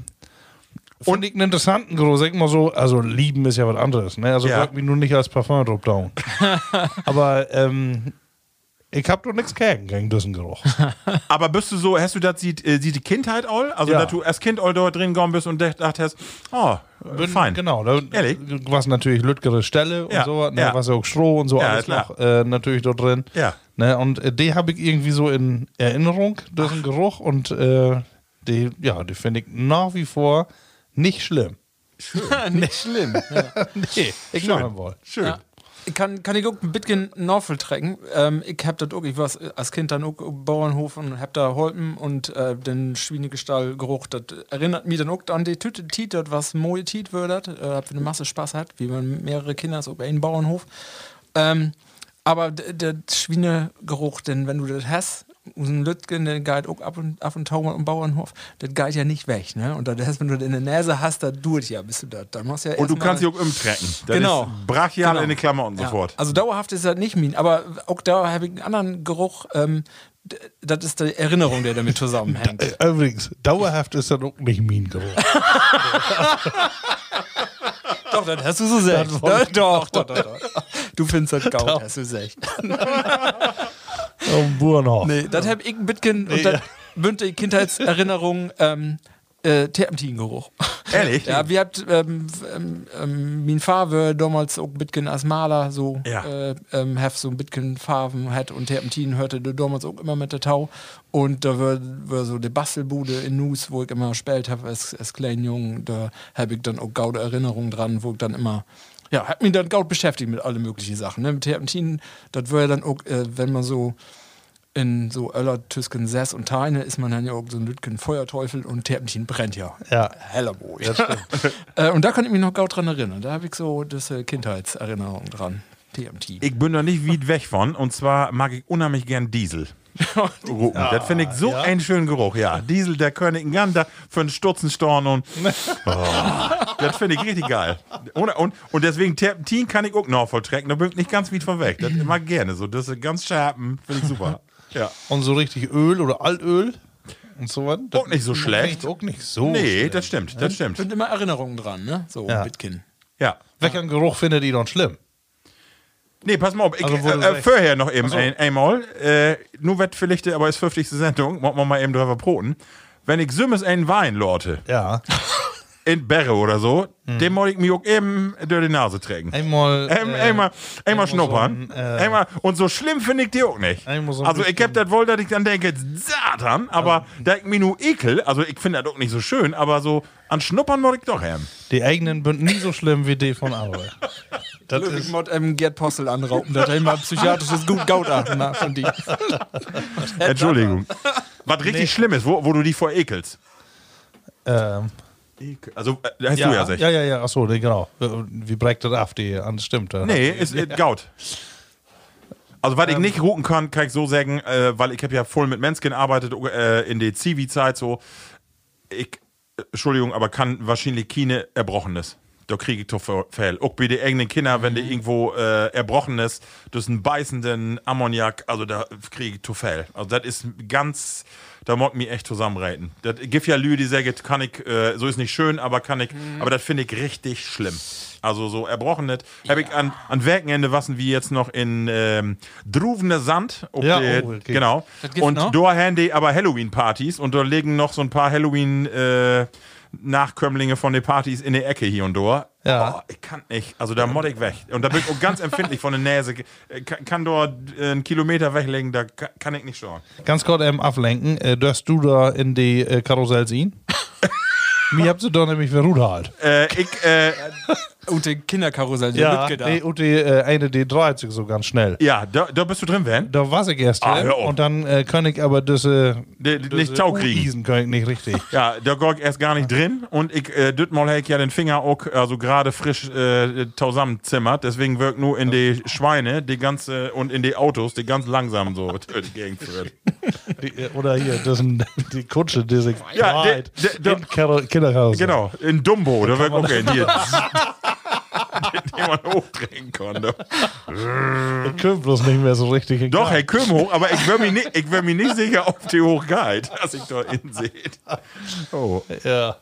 Und ich einen interessanten Geruch, sag mal so, also lieben ist ja was anderes, ne? Also
Ja.
sag mich nur nicht als Parfum drop down. aber ähm, ich hab doch nichts gegen, gegen diesen Geruch.
Aber bist du so, hast du das sieht, äh, sieht die Kindheit all? Also,
Ja.
dass du als Kind all dort drin gegangen bist und gedacht hast, oh, äh, fein.
Genau, da
Ehrlich?
was natürlich lütgere Stelle und
Ja,
so, ne,
ja.
was auch Stroh und so
Ja,
alles
klar.
noch äh, natürlich dort drin.
Ja.
Ne, und äh, die habe ich irgendwie so in Erinnerung, diesen Geruch und äh, die, ja, die finde ich nach wie vor nicht schlimm.
Nicht schlimm. Ja.
nee, ich mache ihn wohl.
Schön.
Ja. Ich kann, kann ich auch ein bisschen Norfel trecken. Ähm, ich hab das auch, ich war als Kind dann auch auf Bauernhof und hab da Holpen und äh, den Schweinegestall gerucht. Das erinnert mich dann auch an die Tüte Tiet, das was moje Tiet würdet. Äh, hab eine Masse Spaß hat, wie man mehrere Kinder ist auf einen Bauernhof. Ähm, aber d- der Schweinegeruch, denn wenn du das hast, unseren Lütgen, der geht auch ab und, ab und tau mal am Bauernhof, das geht ja nicht weg, ne? Und das, wenn du das in der Nase hast, das tut ja, bist du da. Dann machst du ja
Und du
erstmal-
kannst dich auch umtrecken. Das
genau.
ist brachial in die Klammer und so
Ja.
fort.
Also dauerhaft ist das nicht mein, aber auch da habe ich einen anderen Geruch. Ähm, d- das ist die Erinnerung, der damit zusammenhängt.
Äh, Übrigens, dauerhaft ist das auch nicht mein Geruch.
doch, das hast du so sehr.
Das wollte
Doch, doch, doch, doch, doch. Du findest das gaut, hast du recht.
Am Bauernhof.
Nee, das habe ich ein bisschen
Nee,
und das
ja.
bündte die Kindheitserinnerung ähm, äh, Terpentingeruch.
Ehrlich?
Ja, wir habt ähm, f- ähm, ähm, mein Farbe damals auch ein bisschen als Maler so
Ja.
äh, ähm, hef so ein bisschen Farben hat und Terpentin hörte du damals auch immer mit der Tau und da war, war so die Bastelbude in Nus, wo ich immer gespielt habe als, als kleinen Jungen, da habe ich dann auch gaude Erinnerungen dran, wo ich dann immer ja, hat mich dann gaut beschäftigt mit alle möglichen Sachen. Ne? Mit Terpentin, das war ja dann auch, äh, wenn man so in so Öller, Tüsken, Sess und Teine ist man dann ja auch so ein Lütgen Feuerteufel und Terpentin brennt ja.
Ja.
Hellerbo.
Das stimmt.
äh, und da kann ich mich noch gut dran erinnern. Da habe ich so diese Kindheitserinnerung dran. TMT.
Ich bin da nicht weit weg von. Und zwar mag ich unheimlich gern Diesel.
Oh.
Rupen. das finde ich so einen schönen Geruch, ja. Diesel, der König in Ganda für einen Sturzenstorn und. Oh, das finde ich richtig geil. Und, und, und deswegen Terpentin kann ich auch noch volltrecken. Da bin ich nicht ganz weit von weg. Das mag ich gerne. So, das ist ganz scharfen. Finde ich super. Ja.
Und so richtig Öl oder Altöl und so was.
Auch nicht so schlecht.
Auch nicht so
nee,
schlecht.
das stimmt. Das stimmt.
Sind immer Erinnerungen dran, ne? So,
Ja.
Bitkin.
Ja.
Welchen Geruch findet ihr dann schlimm?
Nee, pass mal auf. Ich,
Also, wo du
äh, äh,
sagst-
vorher noch eben
Ach so.
ein, einmal. Äh, nur wird vielleicht, aber ist 50. Sendung. Machen wir mal eben drüber broten. Wenn ich Sümmes einen Wein lorte,
Ja.
in Berre oder so,
Hm.
den muss ich mir auch eben durch die Nase trägen.
Einmal.
Ähm, einmal, einmal schnuppern.
äh, so ein, äh,
einmal, und so schlimm finde ich die auch nicht.
Einmal so ein
also ich hab
bisschen-
das wohl, dass ich dann denke, Satan, aber da ich mir nur ekel, also ich finde das auch nicht so schön, aber so an Schnuppern muss ich doch haben.
Die eigenen sind nie so schlimm wie die von Arbeit. Das
Ich
ist,
mod ähm, Gerd Postel anrauben, dass er immer psychiatrisches gut Gautarten nach von dir.
Entschuldigung. Was richtig schlimm ist, wo, wo du die vor ekelst.
ähm,
Also, äh, hast du ja
ja,
sich.
ja, ja, ja, achso, nee, genau. Äh, Wie breckt das ab, die an, stimmt. äh.
Nee, ist äh, Gaut. Also,
Ähm.
was ich nicht ruhen kann, kann ich so sagen, äh, weil ich habe ja voll mit Menschen gearbeitet, äh, in der Zivi-Zeit so. Ich, äh, Entschuldigung, aber kann wahrscheinlich keine Erbrochenes. Da kriege ich doch Ver- Fell. Auch bei den eigenen Kindern, wenn die
Mhm.
irgendwo äh, Erbrochenes, das ist ein beißenden Ammoniak, also da kriege ich doch Fell. Also, das ist ganz, da mag mich echt zusammenreiten. Das gibt ja Lü, die sagen, kann ich, äh, so ist nicht schön, aber kann ich,
Mhm.
aber das finde ich richtig schlimm. Also, so Erbrochenes. Habe ich an, an Werkenende wassen, wie jetzt noch in ähm, Druvener Sand. ob
Ja,
die-
oh, okay.
genau.
Das gibt's
Und
noch?
da haben die aber Halloween-Partys und da legen noch so ein paar Halloween- äh, Nachkömmlinge von den Partys in der Ecke hier und da. Oh,
Ja.
ich kann nicht. Also da mod ich weg. Und da bin ich auch ganz empfindlich von der Nase. Äh, Kann, kann dort einen Kilometer weglegen, da ka- kann ich nicht schauen.
Ganz kurz eben ablenken. Äh, dürst du da in die äh, Karussell sehen? Mir habt ihr doch nämlich Veruda halt.
Äh, ich, äh,
Und den Kinderkarussell, die
Ja,
Lütke da.
nee, und die äh, eine D30 so ganz schnell.
Ja, da, da bist du drin, Van?
Da war ich erst
Ah,
drin
hör auf.
und dann äh, kann ich aber diese,
D- d- nicht tau kriegen.
Riesen kann ich nicht richtig.
Ja, der Gorg erst gar nicht drin und ich äh, düt mal hätt ja den Finger auch also gerade frisch äh, zusammenzimmert, deswegen wirkt nur in die Schweine, die ganze und in die Autos, die ganz langsam so durch die Gegend führt.
Die, äh, oder hier, das sind die Kutsche, die sich
Ja,
breit
der- der-
in Kerl- Kinderhaus.
Genau, in Dumbo, da wirkt auch in die, die man hochdrehen konnte.
Ich kann bloß nicht mehr so richtig in
Doch,
Gang.
Herr Köhm hoch, aber ich wär mir nicht, ich wär mir nicht sicher, ob die hochgeht, dass ich da innen sehe. Oh.
Ja.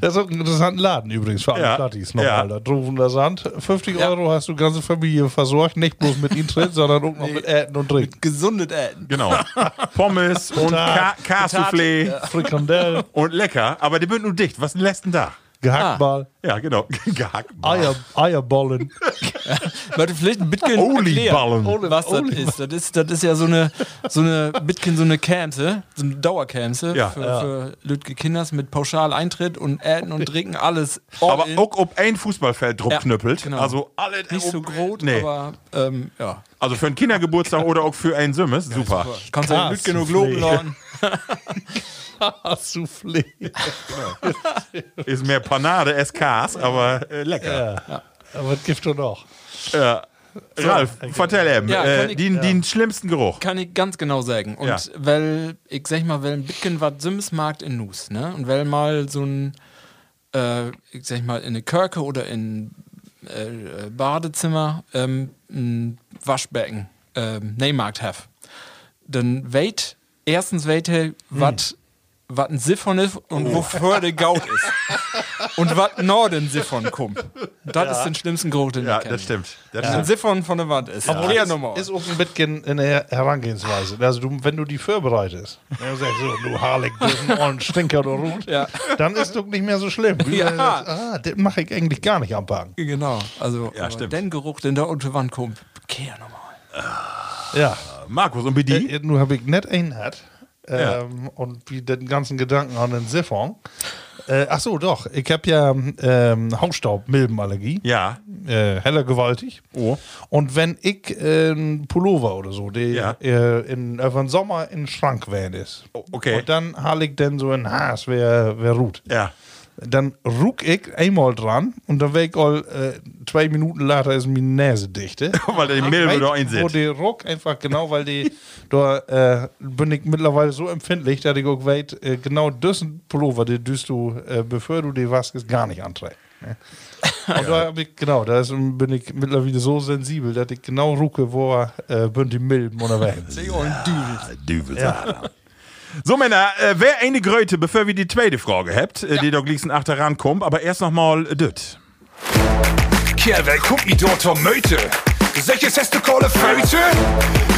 Das ist auch ein interessanter Laden übrigens für alle
Ja.
Plattis nochmal.
Ja.
Da droben der Sand. 50 Euro hast du ganze Familie versorgt, nicht bloß mit Intritt, sondern auch noch mit Äten und Trinken.
Gesundet äh, Äten.
Genau. Pommes und Ka Kassoufflé.
Frikandel,
Und lecker, aber die sind nur dicht. Was lässt denn da?
Gehackball,
Ja, genau.
Ah,
Gehackbar.
Eier, Eierbollen.
Warte, vielleicht ein bisschen
Oli
erklären,
Ballen.
was das
Oli
ist. Das ist, das ist ja so eine, so eine Bitkin, so eine Kämse, so eine Dauerkämse
Ja.
für,
Ja.
für Lütke Kinders mit Pauschaleintritt und Äten und Trinken, alles. all
Aber
in.
auch ob ein Fußballfeld
Ja,
druckknüppelt.
genau.
Also alle
Nicht so
ob-
groß,
nee.
aber ähm, ja.
Also für einen Kindergeburtstag oder auch für einen Simmes, super.
Kannst du ja Lütke nur Globen lauen.
Soufflé.
Ist mehr Panade, SKs, aber äh, lecker.
Ja. Aber es gibt doch noch.
Ja. Ralf, vertell eben,
Ja, kann
äh,
ich-
den, den schlimmsten Geruch.
Kann ich ganz genau sagen. Und
Ja.
weil, ich sag mal, weil ein bisschen was Sims Markt in Nus, ne? Und weil mal so ein, äh, ich sag mal, in eine Kirke oder in äh, äh, Badezimmer ähm, ein Waschbecken, ähm, Neymarkt have, dann weit, erstens weit,
Hm.
hey, was was ein Siphon ist und
Oh.
wofür der Gaut ist. Und was Norden Siphon kommt. Das ist den schlimmsten Geruch, den
Ja,
ich kenne.
das stimmt. Das
Ein
stimmt.
Siphon von der Wand ist.
Aber
Ja.
das ist auch ein bisschen eine Her- Herangehensweise. Also du, wenn du die vorbereitest, dann sagst du, so, du Harlek, du bist ein Ohren- Stinker oder Rot,
Ja.
dann ist doch nicht mehr so schlimm. Du
Ja.
sagst, ah, das mache ich eigentlich gar nicht am Backen.
Genau, also
Ja,
aber
stimmt.
den Geruch, den da unter Wand kommt, kehr nochmal.
Ja.
Markus, und bei dir?
Äh, Nur habe ich nicht erinnert.
Ja.
Ähm, Und wie den ganzen Gedanken an den Siphon. Äh, ach so, doch. Ich habe ja ähm, Hausstaub-Milbenallergie.
Ja.
Äh, heller gewaltig.
Oh.
Und wenn ich äh, einen Pullover oder so, der
Ja.
äh, in, äh, von Sommer in den Schrank wählen ist.
Okay.
Und dann hal ich dann so ah, ein Haas, wer, wer ruht.
Ja.
Dann ruck ich einmal dran und dann weg all äh, zwei Minuten later ist meine Nase äh. dichte.
Weil die Milbe
Weit,
da
Wo
einsitzt.
die Ruck einfach genau, weil die da äh, bin ich mittlerweile so empfindlich, dass ich auch weit äh, genau diesen Pullover, den düst du, äh, bevor du die waskest, gar nicht anträgst. Ne? Und da hab ich, genau, da ist, bin ich mittlerweile so sensibel, dass ich genau rucke, wo äh, bin die Milben unterwegs.
Dübel. Ah, So Männer, äh, wer eine Gröte, bevor wir die zweite Frage habt, äh, die doch liegsten achteran kommt, aber erst nochmal äh, dit.
Kerl, wer guckt die dort zur Möte? Solches hast du kohle Föte?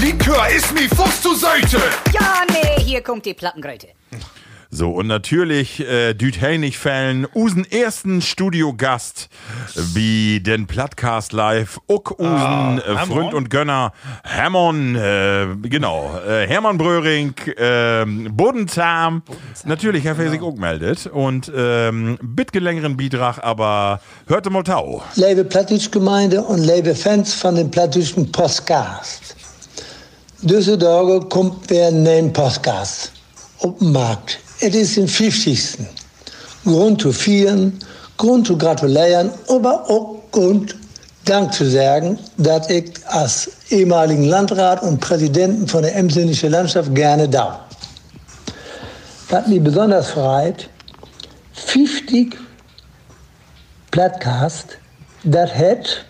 Likör ist mi Fuß zu Söte.
Ja, nee, hier kommt die Plattengröte.
So, und natürlich äh, Düt Helnig fällen unseren ersten Studiogast, wie den Plattcast Live, Uck Usen, äh, Freund und Gönner, Hermann, äh, genau, äh, Hermann Bröhring, äh, Bodentam, natürlich Herr Fesig auch meldet und ähm, bitke längeren Beitrag, aber hörte mal tau.
liebe Plattdeutsch-Gemeinde und liebe Fans von dem Plattdeutschen Podcast. Diese Tage kommt wer neuen Podcast auf den Markt. Es ist den 50. Grund zu feiern, Grund zu gratulieren, aber auch Grund, Dank zu sagen, dass ich als ehemaligen Landrat und Präsidenten von der Emsinnischen Landschaft gerne da. Was mich besonders freut, 50 Plattcast, das hat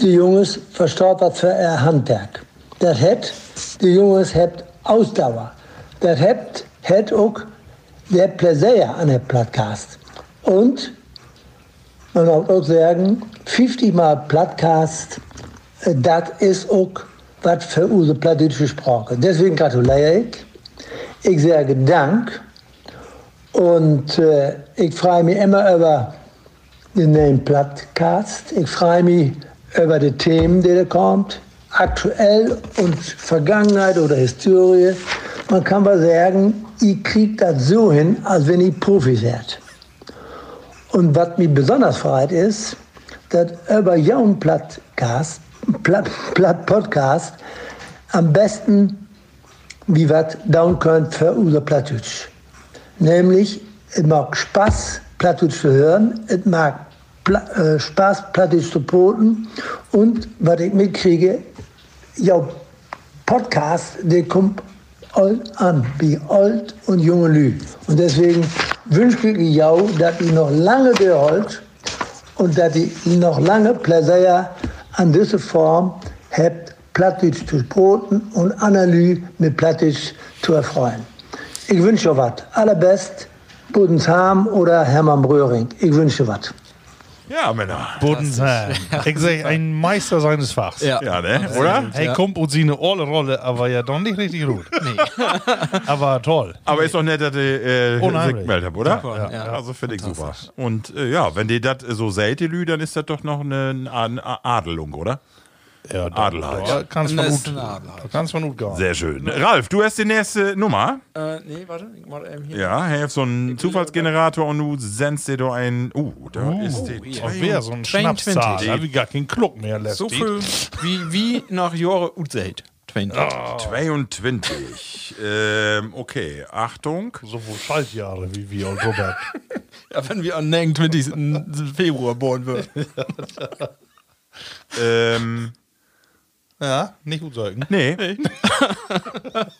die Jungs verstört was für ihr Handwerk. Das hat die Jungs hat Ausdauer. Das hat, hat auch der Pläsier an der Plattcast. Und man muss auch sagen, 50 Mal Plattcast, äh, das ist auch was für unsere plattdeutsche Sprache. Deswegen gratuliere ich. Ich sage Dank und äh, ich freue mich immer über den neuen Podcast. Ich freue mich über die Themen, die da kommt. Aktuell und Vergangenheit oder Historie. Man kann mal sagen, ich kriege das so hin, als wenn ich Profi wäre. Und was mich besonders freut ist, dass über Ihren Podcast, Platt, Platt Podcast am besten wie was down könnt für unser Plattdeutsch. Nämlich, es macht Spaß, Plattdeutsch zu hören, es macht Pla äh, Spaß, Plattdeutsch zu poten und was ich mitkriege, ja, Podcast, der kommt all an, wie alt und junge Lü. Und deswegen wünsche ich ja, dass ihr noch lange gehört und dass ihr noch lange Pläsier an diese Form habt, Plattdeutsch zu broten und Analy mit Plattdeutsch zu erfreuen. Ich wünsche euch was. Allerbest, Budensheim oder Hermann Bröhring. Ich wünsche was.
Ja, Männer.
Bodensheim. Ich sag, ein Meister seines Fachs.
Ja. Ja, ne? Oder?
Hey,
Ja.
kommt und sie eine alle Rolle, aber ja doch nicht richtig gut. aber toll.
Aber ist doch nett, dass ihr äh, sich
Unheimlich.
gemeldet habt, oder?
Super, ja.
Also finde ich super. Und äh, ja, wenn die das so selten lü, dann ist das doch noch eine Ad- Adelung, oder?
Ja,
Adelheit.
Da kannst du
Das
gut,
ist eine Adelheit.
da kannst du gut gehen.
Sehr schön. Ralf, du hast die nächste Nummer.
Äh, nee, warte, ich mach eben hier.
Ja, hey, so ein Zufallsgenerator und du sendst dir doch ein. Uh, da
Uh,
ist die.
oh, wer so ein
22.
Schnapszahl?
Die-
Da hab ich gar keinen Kluck mehr lässt.
So viel wie, wie nach Jahre Utzeit. Ah.
Oh.
22. ähm, okay, Achtung.
So wohl Schaltjahre wie wir und Robert.
Ja, wenn wir an den 20. Februar bohren würden.
ähm,
Ja, nicht gut sagen.
nee.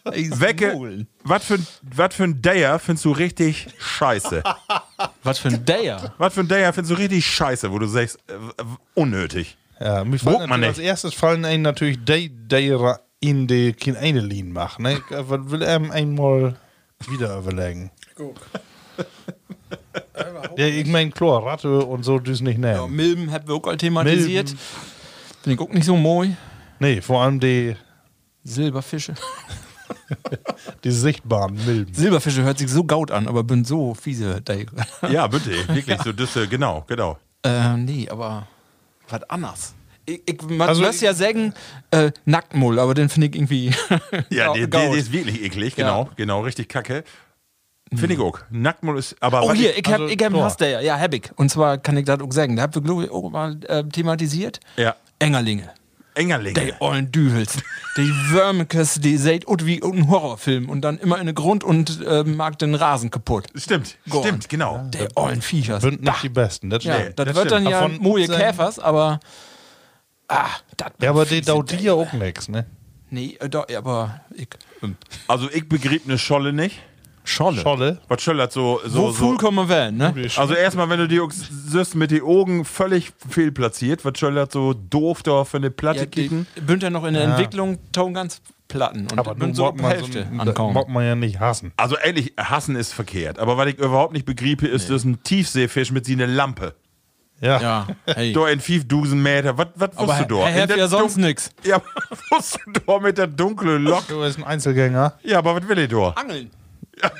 Wecke.
Molen.
Was für, ein- was für ein Dayer findest du richtig scheiße?
Was für ein Dayer.
was für ein Dayer findest du richtig scheiße, wo du sagst, äh, w- unnötig.
Ja, mir
Wog
fallen
man
natürlich als
nicht.
erstes fallen einem natürlich die, derer in die kein eine Linie machen. Ne? Ich äh, will einem einmal wieder überlegen.
Guck.
Ja, ich mein, klar, Ratte und so, das nicht
Ja,
nehmen.
Milben haben wir auch all thematisiert. Bin ich auch nicht so mooi.
Nee, vor allem die,
Silberfische.
die sichtbaren Milben.
Silberfische hört sich so gaut an, aber bin so fiese Dayer.
Ja, bitte, wirklich, so Düsse, genau, genau.
Ähm, nee, aber was anders. Ich, ich, man
Also
muss ja sagen, äh, Nacktmull, aber den finde ich irgendwie.
Ja, der,
gau-
der,
gaut.
der ist wirklich eklig, genau, genau, richtig kacke. Finde ich auch. Nacktmull ist, aber
Hm. Oh,
was
hier, ich habe
also,
ich hab einen
ja.
Hassdayer. Ja, hab ich. Und zwar kann ich das auch sagen. Da habt ihr, glaube ich, auch mal äh, thematisiert.
Ja,
Engerlinge. Die
Engerlinge.
ollen Dühels. Die Würmekes, die seht ut wie ein Horrorfilm und dann immer in den Grund und äh, mag den Rasen kaputt.
Stimmt,
Gott.
stimmt, genau.
Die ollen Viechers.
Sind
Bah.
nicht die besten, das
Ja,
stimmt.
das,
das
wird dann
stimmt.
ja
Davon
moje
sein-
Käfers, aber. Ah, das.
Ja, aber die dauert dir auch nichts, ne?
Nee, äh, da, aber ich. ähm,
Also ich begrieb eine Scholle nicht.
Scholle.
Scholle.
Was Scholle hat so,
Wo
so,
Fool
so
kommen wir, ne?
also erstmal, wenn du die siehst mit den Augen völlig fehlplatziert, was Scholle hat so doof da für eine Platte
Ja, die
kicken.
bünd ja noch in der Entwicklung, tauen ganz Platten. Und
Aber nun
bünd so
mag
ab
man, so,
Hälfte
einen- da
ankommen.
mag man ja nicht hassen.
Also ehrlich, hassen ist verkehrt. Aber was ich überhaupt nicht begriebe, ist, das ist ein Tiefseefisch mit sie eine Lampe.
Ja.
Ja, hey.
Da in 5000 Meter, was was
aber
wusst du da?
er
In
hilft
der
ja sonst
Dun-
nix.
Ja, was wusst du da mit der dunklen Lok?
Du bist ein Einzelgänger.
Ja, aber was will ich da?
Angeln.
Ah,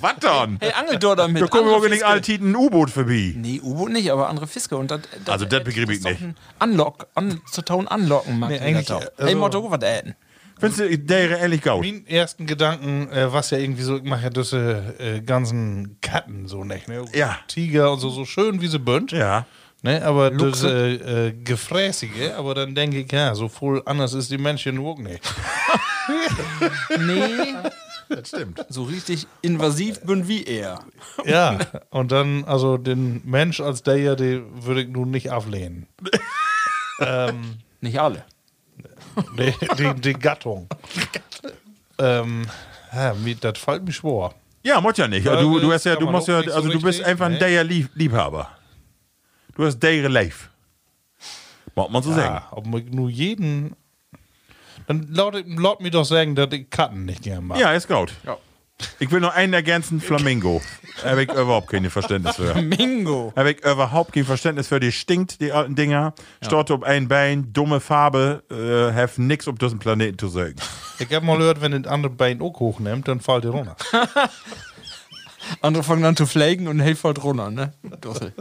Was dann?
Hey, angel dort damit.
Da kommen wir
Andere
auch nicht
Fiske.
alle Titen ein U-Boot vorbei.
Nee, U-Boot nicht, aber andere Fiske. Und dat, dat,
Also, dat begrieb ich
ist doch
nicht.
ein Unlock, un, zu tauen anlocken, mag
Nee,
nee,
eigentlich,
eigentlich.
äh,
Ey,
also-
Motto, was äten.
Findest du, der wäre ehrlich gaut?
Mein ersten Gedanken, äh, was ja irgendwie so, ich mache ja diese äh, ganzen Katten so nicht, ne?
Ja.
Tiger und so, so schön wie sie bünd.
Ja.
Ne, aber das äh, äh, Gefräßige, aber dann denke ich, ja, so voll anders ist die Menschen auch nicht.
Nee,
Das stimmt.
so richtig invasiv bin wie er.
ja, und dann, also den Mensch als der ja, den würde ich nun nicht ablehnen.
Nicht alle.
die, die, die Gattung. ähm, ja, mir, das fällt mir schwor.
Ja, muss ja nicht. Du, du hast ja,
Kann
du
man
musst
auch
ja,
nicht so
also du bist
richtig,
einfach ein
ne?
Dayer Lieb Liebhaber. Du hast Dayer Life. Mag man so sagen.
Ja, Ah, ob man nur jeden. Dann laut, laut mir doch sagen, dass ich Katten nicht gern mag.
Ja, ist gut. Ich will noch einen ergänzen, Flamingo. Habe ich überhaupt kein Verständnis für.
Mingo.
Habe ich überhaupt kein Verständnis für. Die stinkt, die alten Dinger. Stört ob ein Bein, dumme Farbe, äh, have nix, um diesen Planeten zu sagen.
Ich hab mal gehört, wenn das andere Bein auch hochnimmt, dann fällt die runter.
halt Andere fangen an zu flagen und hey, voll drunter, ne? Dussel.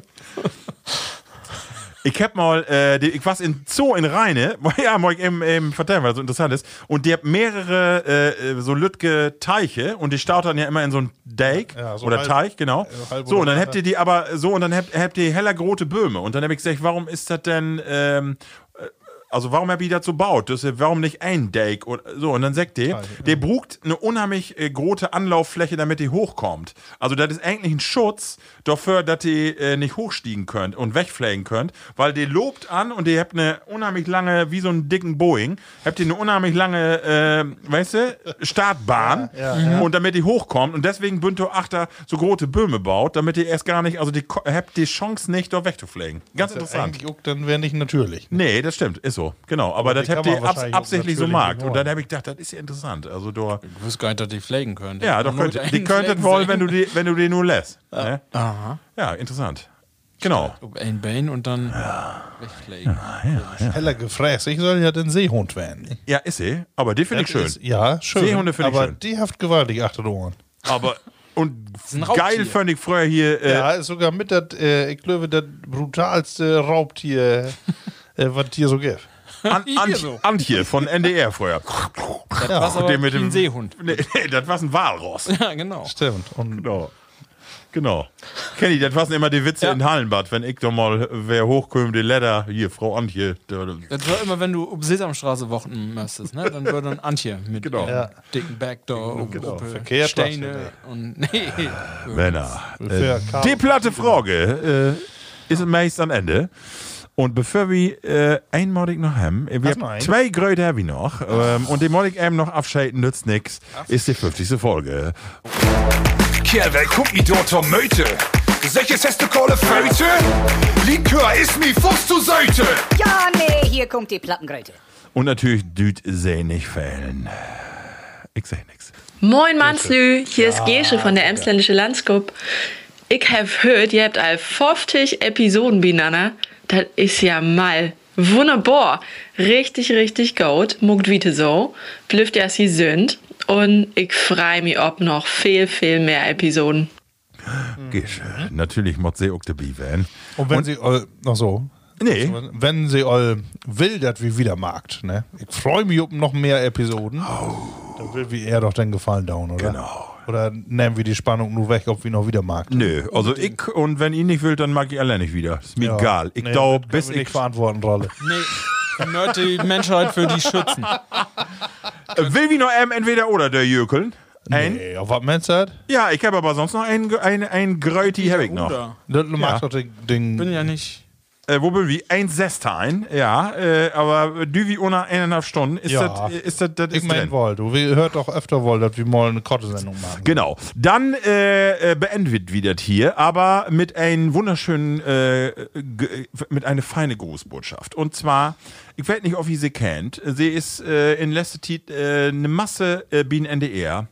Ich hab mal, äh, die- ich war in Zoo in Rheine, ja, mal eben, eben vertellen, weil das so interessant ist. Und die hat mehrere äh, äh, so lütge Teiche und die staut dann ja immer in so einen Deig
Ja, so
oder
halb-
Teich, genau.
äh, halb
so, und dann
oder-
habt ihr die aber so und dann habt, habt ihr hellergrote Böhme. Und dann hab ich gesagt, warum ist das denn, ähm, äh, also warum habt ihr das so baut? Das, ist- warum nicht ein Deig oder so? Und dann sagt die, der brucht eine unheimlich äh, große Anlauffläche, damit die hochkommt. Also das ist eigentlich ein Schutz dafür, dass ihr äh, nicht hochstiegen könnt und wegflägen könnt, weil die lobt an und ihr habt eine unheimlich lange, wie so einen dicken Boeing, habt ihr eine unheimlich lange, äh, weißt du, Startbahn
Ja, ja, ja.
und damit die hochkommt und deswegen Bünto Achter so große Böhme baut, damit ihr erst gar nicht, also die ko- habt die Chance nicht, dort wegzufliegen. Ganz interessant.
Eigentlich juckt, dann wäre nicht natürlich.
Nee, das stimmt, ist so. Genau, aber,
Aber
das
die
habt
kann man
ihr abs
wahrscheinlich
absichtlich so
natürlich
markt.
nicht
Und dann habe ich gedacht, das ist ja interessant. Also, du,
Ich wüsste gar nicht, dass die pflegen können.
ja, doch, könnt, die könntet wohl, wenn du die, wenn du die nur lässt. Ne?
Aha.
Ja, interessant. Genau.
Ein Bane und dann wegpflegen.
Heller gefräst. Ich soll ja den Seehund werden.
Ja, ist sie, aber die finde ich schön.
Das Ist, ja, schön.
Seehunde finde ich
aber
schön.
die haft gewaltig achter Ohren.
Aber, und
ein Raubtier.
geil fand ich früher hier. Äh,
ja, ist sogar mit das, äh, ich glaube, das brutalste Raubtier, äh, was hier so gibt.
An Ant
so.
Antje von NDR früher. Das
war's aber kein Seehund.
Nee, nee, das war ein Walross.
Ja, genau.
Stimmt. Und
genau. Genau. Kenny, das waren immer die Witze in Hallenbad, wenn ich doch mal, äh, wer hochkommt, die Leder, hier, Frau Antje.
Das war immer, wenn du um Sesamstraße wochen müsstest, ne? Dann würde dann Antje mit
Genau.
ihrem
Ja.
dicken Backdoor und
Genau.
Opel,
Verkehrt
Steine und nee.
Männer. Äh,
Ungefähr Chaos.
die platte Frage äh, ist meist am Ende. Und bevor wir äh, einmalig noch haben, äh, wir
Hast noch
haben
einen?
zwei Gröte haben wir noch. Ähm, und die malig eben noch abschalten nützt nix, ist die 50. Folge.
Kerl, wer guckt mich dort zur Möte? Solches hast du Kohle Föte? Likör ist mi Fuchs zu Söte!
Ja, nee, hier kommt die Plattengröte.
Und natürlich düt seh nicht fehlen. Ich seh nix.
Moin Manslü, hier ist Gesche von der Emsländische Landskop. Ich habe gehört, ihr habt all 50 Episoden beieinander. Das ist ja mal wunderbar. Richtig, richtig gut. Muckt wie so. Blüfft ja, sie sind. Und ich freue mich, ob noch viel, viel mehr Episoden.
Gisch. Natürlich muss sie auch dabei werden.
Und wenn sie, all, ach so.
Nee.
Also, Wenn sie all will, dass wir wieder markt, ne? Ich freue mich um noch mehr Episoden. Dann will wie er doch den Gefallen down, oder? Genau. Oder nehmen wir die Spannung nur weg, ob wir noch wieder markt.
Nö, also ich, und wenn ihr nicht will, dann mag ich alle nicht wieder. Ist mir
Ja.
egal. Ich
Nee,
glaube,
das
bis
können wir
ich.
nicht verantworten, Rolle.
Nee. Nerd die Menschheit für die schützen.
Äh, Will wie noch ähm, entweder oder der Jökeln? Ein?
Nee, auf was meinst du das?
Ja, ich habe aber sonst noch einen, einen, einen Gröti habe ich noch.
Oder?
Du du
Ja.
magst doch den, den
Bin ja nicht.
Äh, wo bin ich? Ein Sestein, ja. Äh, aber Düvi ohne eineinhalb Stunden. Ist
Ja.
das, äh, ist das, das
Ich
ist
mein
drin.
wohl, du wir- hört doch öfter wohl, dass wir mal eine Kottesendung machen.
Genau. Dann äh, äh, beendet wir das hier, aber mit einem wunderschönen, äh, ge- mit einer feine Grußbotschaft. Und zwar, ich weiß nicht, ob ihr sie kennt. Sie ist äh, in letzter Zeit äh, eine Masse äh, Bien NDR.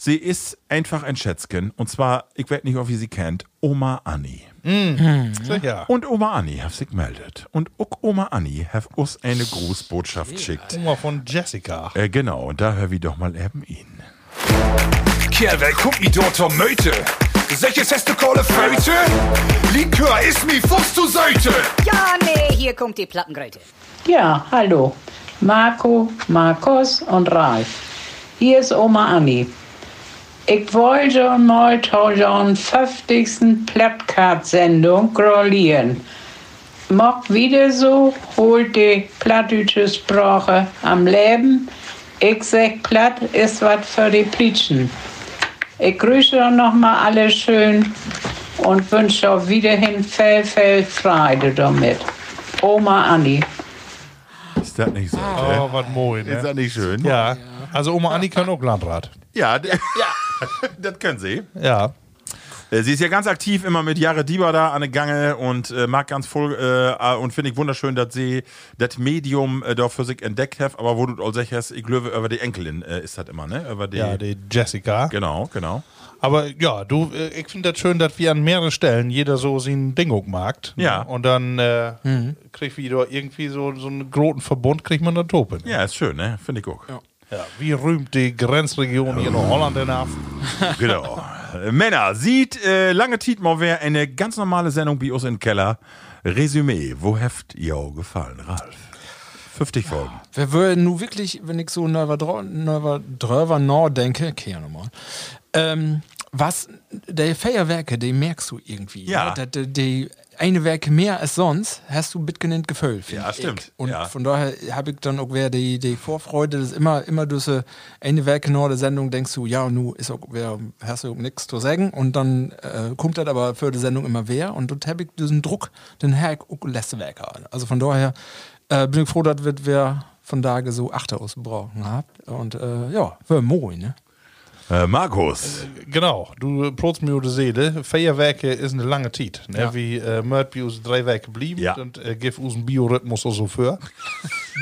Sie ist einfach ein Schätzchen. Und zwar, ich weiß nicht, ob ihr sie kennt, Oma Anni.
Sicher.
Und Oma Anni hat sich gemeldet. Und auch Oma Anni hat uns eine Grußbotschaft geschickt.
Oma von Jessica.
Äh, genau, und da hören wir doch mal eben ihn.
Kerl, wer guckt mich dort zur Möte? Solches hast du Kohle Föte? Likör ist mi Fuchs zu Söte!
Ja, nee, hier kommt die Plattengröte.
Ja, hallo. Marco, Markus und Ralf. Hier ist Oma Anni. Ich wollte mal zu der 50. Plattcard-Sendung grollieren. Mock wieder so, holt die plattdeutsche Sprache am Leben. Ich sag, platt ist was für die Plitschen. Ich grüße euch nochmal alle schön und wünsche auch wiederhin viel, viel Freude damit. Oma Anni.
Ist das nicht so?
Oh, was moin.
Äh? Ist
Ne?
das nicht schön?
Ja. Also Oma Anni kann auch Landrat.
Ja, d- ja. das können sie.
Ja.
Äh, Sie ist ja ganz aktiv immer mit Jare Dieber da an der Gange und äh, mag ganz voll äh, äh, und finde ich wunderschön, dass sie das Medium äh, da für sich entdeckt hat. Aber wo du all sicherst, ich glaube, über die Enkelin äh, ist das immer, ne? Über die,
Ja, die Jessica.
Genau, genau.
Aber ja, du, äh, ich finde das schön, dass wir an mehreren Stellen jeder so sein Dingung magt.
Ja.
Und dann äh, kriegt wieder irgendwie so, so einen großen Verbund, kriegt man dann Topen.
Ja, ist schön, ne? Finde ich auch.
Ja, wie rühmt die Grenzregion hier in Holland danach?
Genau. Äh, Männer, sieht äh, lange Tiet mal wer eine ganz normale Sendung bei uns im Keller. Resümee, wo heft jo gefallen, Ralf? 50 Folgen.
Wer würde nun wirklich, wenn ich so Neuver Dröver Nor denke, okay, ja nochmal, ähm, was, die Feuerwerke, die merkst du irgendwie.
Ja.
ne? Die, die, die eine Werke mehr als sonst hast du bitgenend gefüllt.
Ja, stimmt.
Und
Ja.
von daher habe ich dann auch wieder die, die Vorfreude, dass immer, immer diese eine Werke Nor der Sendung denkst du, ja, nu ist auch, wer, hast du nichts zu sagen. Und dann äh, kommt das aber für die Sendung immer wer. Und dort habe ich diesen Druck, den habe ich auch letzte Werke an. Also von daher äh, bin ich froh, dass wir- wir von daher so Achter ausgebrochen habt. Und äh, ja, wär moin, ne?
Äh, Markus.
Genau, du plotst mir die Seele. Feierwerke ist eine lange Zeit. Ne?
Ja.
Wie äh, Mört bei uns drei Werke blieben
Ja.
und äh, gib uns einen Biorhythmus auch so für.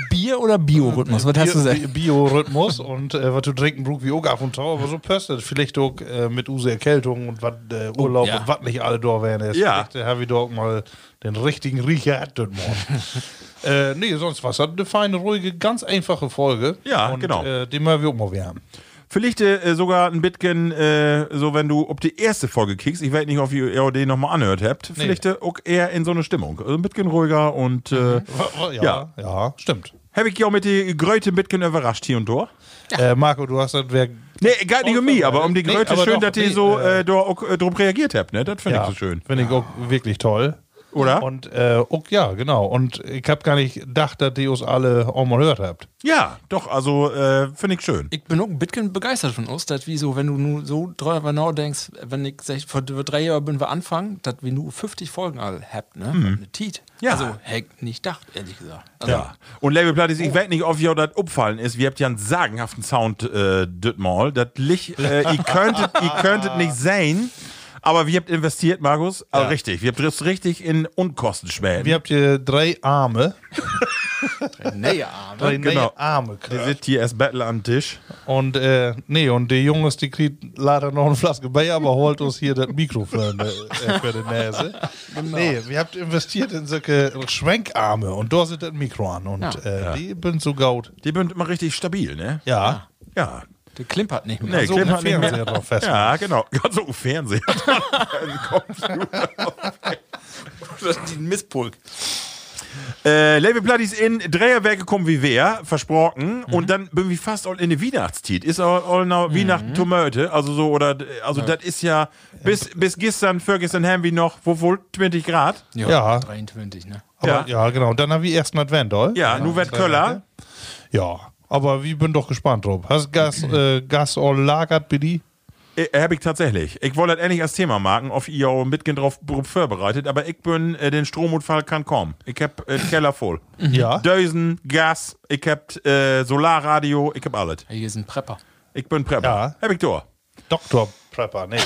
Bier oder Biorhythmus? Was hast du gesagt?
Bi- Biorhythmus und äh, was du trinken brauchst wie auch ab und zu, aber so passt das. Vielleicht auch äh, mit unsere Erkältung und was äh,
Oh,
Urlaub
ja.
und was nicht alle da wären.
Ja.
Vielleicht haben wir doch mal den richtigen Riecher hat das morgen. äh, nee, sonst was. Hat eine feine, ruhige, ganz einfache Folge.
Ja,
und,
genau.
Äh, die mögen wir auch mal wärmen.
Vielleicht äh, sogar ein Bitgen, äh, so wenn du ob die erste Folge kriegst, ich weiß nicht, ob ihr ihr die nochmal anhört habt, vielleicht äh, auch eher in so eine Stimmung. Also ein Bitgen ruhiger und äh,
Ja, ja, stimmt.
Habe ich ja auch mit die Gröte Bitgen überrascht hier und dort.
Äh, Marco, du hast das wer. Oh, äh,
Nee, gar nicht um mich, aber um die
Nee,
Gröte
aber
schön,
doch,
dass ihr
nee,
so
äh,
äh, da auch, äh, drauf reagiert habt, ne? Das finde
Ja,
ich so schön.
Finde ich auch wirklich toll.
Oder?
Und äh, auch, ja, genau. Und ich habe gar nicht gedacht, dass ihr uns alle auch mal gehört habt.
Ja, doch, also äh, finde ich schön.
Ich bin auch ein bisschen begeistert von uns, dass wir so, wenn du nur so drüber nachdenkst, wenn ich sag, vor drei Jahren bin wir anfangen, dass wir nur 50 Folgen alle habt, ne?
Mhm.
Eine Tiet.
Ja.
Also, hätte ich nicht gedacht, ehrlich gesagt. Also,
Ja. Und Label Plattis, ich weiß nicht, ob ihr das abfallen ist. Wir habt ja einen sagenhaften Sound, äh, das Mal. Das Licht, äh, ihr könntet, ihr könntet nicht sehen. Aber wir habt investiert, Markus. Aber richtig. Wir habt das richtig in Unkosten spähen.
Wir habt hier drei Arme.
Nähe Arme.
Drei
Genau.
neue Arme.
Die sitzt hier erst Battle am Tisch.
Und äh, nee, und die Jungs, die kriegt leider noch eine Flaske Bier, aber holt uns hier das Mikrofon äh, für die Nase.
Genau.
Nee, wir habt investiert in solche Schwenkarme und da sind das Mikro an. Und
Ja.
äh,
Ja.
die bin so gaut.
Die bin immer richtig stabil, ne?
Ja.
Ja.
Die klimpert nicht mehr.
Nee,
so
klebt
ein
man nicht mehr.
Fernseher drauf fest.
Ja, genau. Ganz so ein Fernseher.
Das ist ein Misspulk.
Äh, Label Plattis in Dreierwerke kommen wie wer, versprochen. Und dann bin ich fast all in die Weihnachtstiet. Ist all, all now Weihnachten Tomate. Also so, oder, also
Ja.
das ist ja, bis, bis gestern, vorgestern haben wir noch, wo wohl 20 Grad.
Ja.
Ja.
23, ne?
Aber,
Ja.
ja. genau. Und dann haben wir ersten Advent, oder?
Ja, nu wird Köller.
Ja, aber ich bin doch gespannt drauf. Hast Gas,
Mhm.
äh, Gas all lagert, Billy?
Äh, Hab ich tatsächlich. Ich wollte das endlich als Thema marken, auf ihr auch mitgehend drauf drauf vorbereitet, aber ich bin, äh, den Stromunfall kann kommen. Ich hab äh, den Keller voll.
Mhm.
Ja.
Dösen, Gas, ich hab äh, Solarradio, ich hab alles.
Hier ist ein Prepper.
Ich bin Prepper.
Ja.
Hab ich doch.
Doktor Prepper, nee.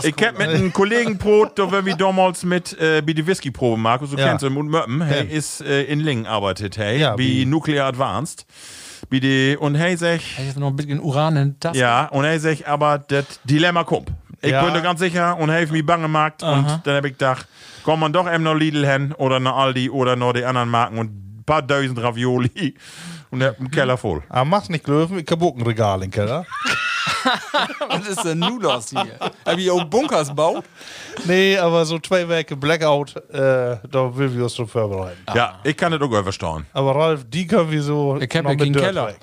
ich hab mit einem Kollegen Brot, da wenn wir damals mit äh, bei die Whisky-Probe, Markus, du
Ja.
kennst ihn, und Möppen, hey,
Kenn.
ist äh, in Lingen arbeitet, hey,
Ja,
wie
wie-
Nuclear Advanced. Wie die, und hey, sag,
Ich hab noch ein bisschen Uran in das.
ja, und hey, sag, aber das Dilemma kommt. Ich
Ja.
bin da ganz sicher und helf mir bange Markt
Aha.
und dann hab ich gedacht, komm man doch eben noch Lidl hin oder noch Aldi oder noch die anderen Marken und ein paar tausend Ravioli und hab einen Keller voll.
Aber mach's Ah, nicht Löwen, ich hab auch ein Regal im Keller.
Was ist denn nun los hier? Hab ich auch Bunkers gebaut?
nee, aber so zwei Werke Blackout, äh, da will wir uns drauf vorbereiten.
Ja, ich kann das auch verstauen.
Aber Ralf, die können wir so.
Ich hab ja
noch mit
keinen
Dirt
Keller.
weg.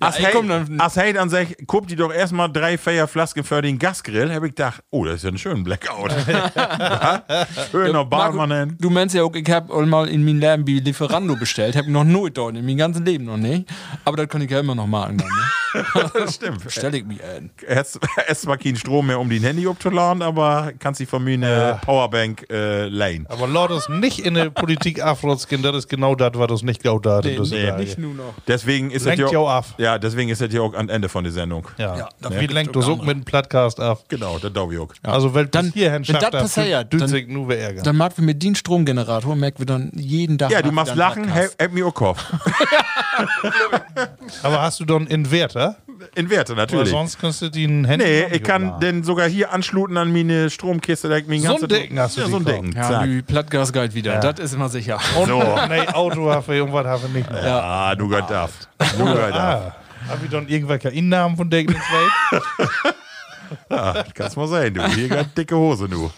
Als
ich
Hate
komm
dann, dann sag ich, guck die doch erstmal drei Feierflasken für den Gasgrill. Hab ich gedacht, oh, das ist ja ein schöner Blackout. Ja, Schöner Barmann hin.
Du meinst ja auch, ich hab auch mal in meinem Leben wie Lieferando bestellt. Hab ich noch nooit dort, in meinem ganzen Leben noch nicht. Aber das kann ich ja immer noch machen. Dann, ne?
das stimmt.
Stell ich äh, mich ein.
Erstmal keinen Strom mehr, um den Handy abzuladen, aber kannst dich von mir eine Powerbank äh, leihen.
Aber Lord uns nicht in der Politik afrotskin, das ist genau das, was uns nicht glaubt hat.
Nee,
das
nee,
nicht nur noch.
Deswegen ist das
Lenkt
ja
ja auch ab.
Ja, deswegen ist das ja auch am Ende von der Sendung.
Ja,
Ja, da
wie
fehlt
lenkt
doch
das auch
andere.
mit dem Podcast ab?
Genau, der Daubiok.
Also, wenn
Dann-
bis hierhin
wenn
schafft,
das
dann
passiert,
fühlt
dann-
sich nur wer Ärger.
Dann mag wir mit den Stromgenerator, merken wir dann jeden Tag.
Ja, du
machen wir
machst
dann
Lachen,
Podcast.
help mir auch Kopf.
Aber hast du dann einen Inverter?
In Werte
Oder
natürlich.
sonst kannst du die ein Handy.
Nee, ich kann den sogar hier anschluten an meine Stromkiste. Da ich mir den
So ein
ganzen-
Decken hast du
Ja,
die
so ein
gekauft.
Decken.
Ja,
zack.
die Plattgas geht wieder. Das ist immer sicher.
Und
So.
nee, Auto habe ich, irgendwas habe ich nicht mehr.
Ah, du gehört darf. Du gehört darf.
Ah, habe ich dann irgendwelche Innahmen von Decken ins Welt?
Ja, kann's mal sein, du. Hier ganz dicke Hose, du.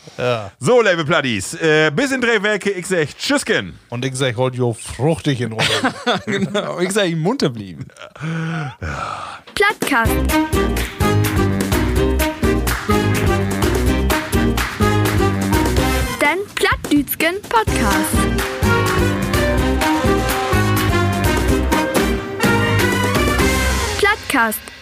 So, liebe Platties, äh, bis in Drehwerke. Ich sag Tschüssken.
Und ich sag heute jo fruchtig in Ordnung.
genau, ich sag ihm munter blieben.
Plattkast. Den Plattdütschen Podcast. Plattkast.